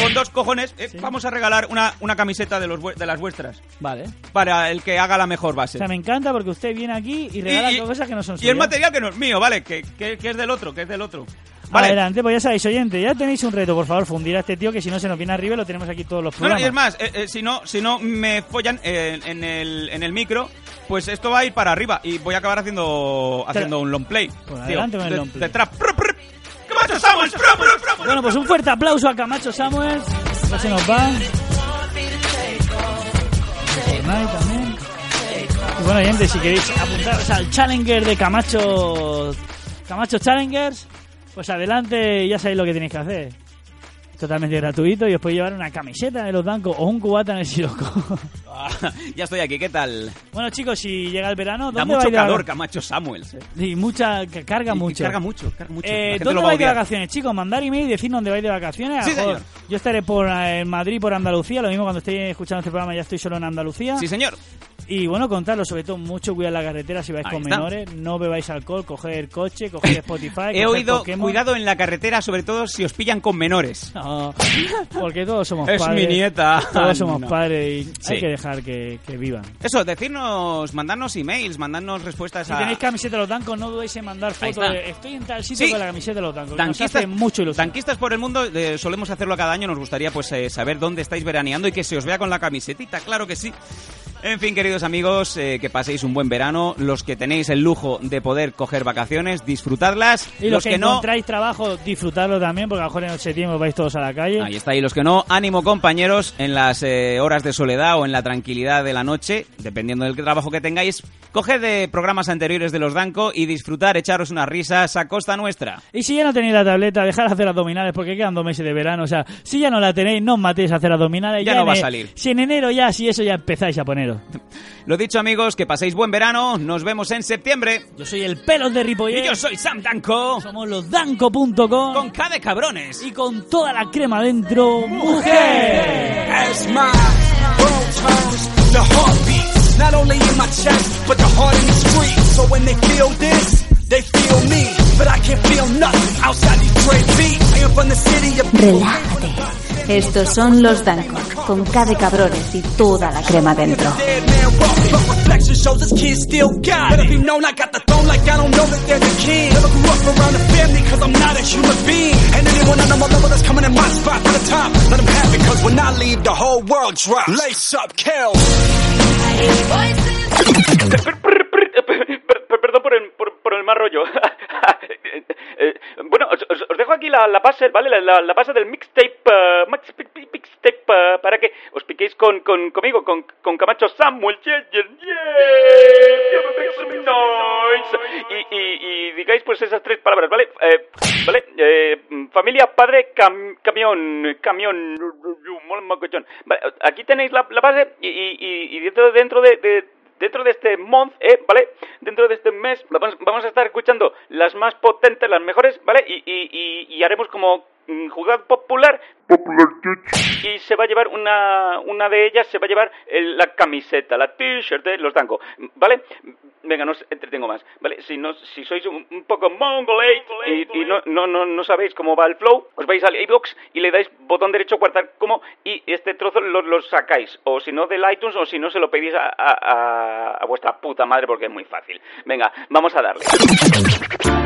con dos cojones, eh, vamos a regalar una, una camiseta de, los, vue- de las vuestras. vale. Para el que haga la mejor O base. sea, me encanta porque usted viene aquí y regala cosas que no son y el suyas. material que no es mío, ¿vale? Que, que- que es del otro, que es del otro. Vale. Adelante, pues ya sabéis, oyente, ya tenéis un reto, por favor, fundir a este tío que si no se nos viene arriba lo tenemos aquí todos los No, no, programas. y es más, eh, eh, si, no, si no me follan eh, en, el, en el micro, pues esto va a ir para arriba y voy a acabar haciendo, haciendo un long play. tío, Pues adelante con el de- long play. de trap. Prr, prr. ¡Camacho Samuels! Prr, prr, prr. Bueno, pues un fuerte aplauso a Camacho Samuels. Ya se nos va. Fortnite también. Y bueno, gente, si queréis apuntaros al Challenger de Camacho, Camacho Challengers, pues adelante, ya sabéis lo que tenéis que hacer. Totalmente gratuito y os podéis llevar una camiseta de los bancos o un cubata en el siroco. ya estoy aquí, ¿qué tal? bueno, chicos, si llega el verano, pues, ¿dónde Da mucho vais de calor, vaca- Camacho Samuels. eh. Y mucha, que carga Y- y mucho. carga mucho, carga mucho. La Eh, gente ¿Dónde lo va a vais de odiar. vacaciones, chicos? Mandar email y decir dónde vais de vacaciones. Sí, A lo mejor señor. Yo estaré por eh, en Madrid, por Andalucía. Lo mismo cuando estéis escuchando este programa, ya estoy solo en Andalucía. Sí, señor. Y bueno, contarlo, sobre todo, mucho cuidar la carretera si vais Ahí con está. menores. No bebáis alcohol, coger coche, coger Spotify. He coger oído, Pokémon, cuidado en la carretera, sobre todo si os pillan con menores. No, porque todos somos Es padres. mi nieta. Todos somos No. padres y Sí. hay que dejar que, que vivan. Eso, decirnos, mandarnos emails, mandarnos respuestas Si a... tenéis camiseta de los tancos, no dudéis en mandar Ahí fotos está. de estoy en tal sitio Sí. con la camiseta de los tancos. que nos Tanquistas, hace mucho tanquistas por el mundo, eh, solemos hacerlo cada año. Nos gustaría pues eh, saber dónde estáis veraneando y que se os vea con la camisetita, claro que sí. En fin, queridos amigos, eh, que paséis un buen verano. Los que tenéis el lujo de poder coger vacaciones, disfrutarlas. Y los, que, no, encontráis trabajo, disfrutarlo también, porque a lo mejor en septiembre vais todos a la calle. Ahí está, y los que no, ánimo compañeros en las eh, horas de soledad o en la tranquilidad de la noche, dependiendo del trabajo que tengáis, coged de programas anteriores de los Danco y disfrutar, echaros unas risas a costa nuestra. Y si ya no tenéis la tableta, dejad de hacer abdominales, porque quedan dos meses de verano. O sea, si ya no la tenéis, no os matéis a hacer abdominales. Ya no en va a e- salir. Si en enero ya, si eso ya empezáis a poneros. Lo dicho amigos, que paséis buen verano, nos vemos en septiembre. Yo soy el Pelos de Ripollet. Y yo soy Sam Danco. Somos los danco.com. Con K de cabrones. Y con toda la crema dentro, mujer. As my world turns, the heart beats not only in my chest, but the heart in the street. So when they feel this, they feel me. But I can't feel nothing outside these great beats. I am from the city of Relájate. Estos son los Dancos, con K de cabrones y toda la crema dentro. dead man walk, but reflection shows this kid still got it. Let it be known I got the throne like I don't know that there's a king. Never grew up around a family cause I'm not a human being. And anyone on my level that's coming in my spot to the top, let them have it cause when I leave the whole world drops. Lace up, kill. eh, Perdón por el, por, por el mal rollo. Eh, eh, bueno, os, os- os dejo aquí la, la base, ¿vale? La, la, la base del mixtape, eh, max- pi- pi- mixtape, eh, para que os piquéis con, con, conmigo, con, con Camacho Samuel. Yeah, yeah, yeah. Noise. Y, y, y digáis pues esas tres palabras, ¿vale? Eh, ¿Vale? Eh, familia, padre, cam- camión, camión, mola mogollón. Vale, aquí tenéis la, la base y, y- y- y dentro, dentro de- de Dentro de este month, eh, ¿vale? Dentro de este mes vamos, vamos a estar escuchando las más potentes, las mejores, ¿vale? Y, y, y, y haremos como mm, jugada popular. Y se va a llevar una, una de ellas, se va a llevar eh, la camiseta, la t-shirt de los Dango, ¿vale? Venga, no os entretengo más, ¿vale? Si, no, si sois un, un poco mongolate y, y no, no, no, no sabéis cómo va el flow, os vais al iBox y le dais botón derecho guardar como y este trozo lo, lo sacáis. O si no, del iTunes o si no, se lo pedís a, a- a- a vuestra puta madre porque es muy fácil. Venga, vamos a darle.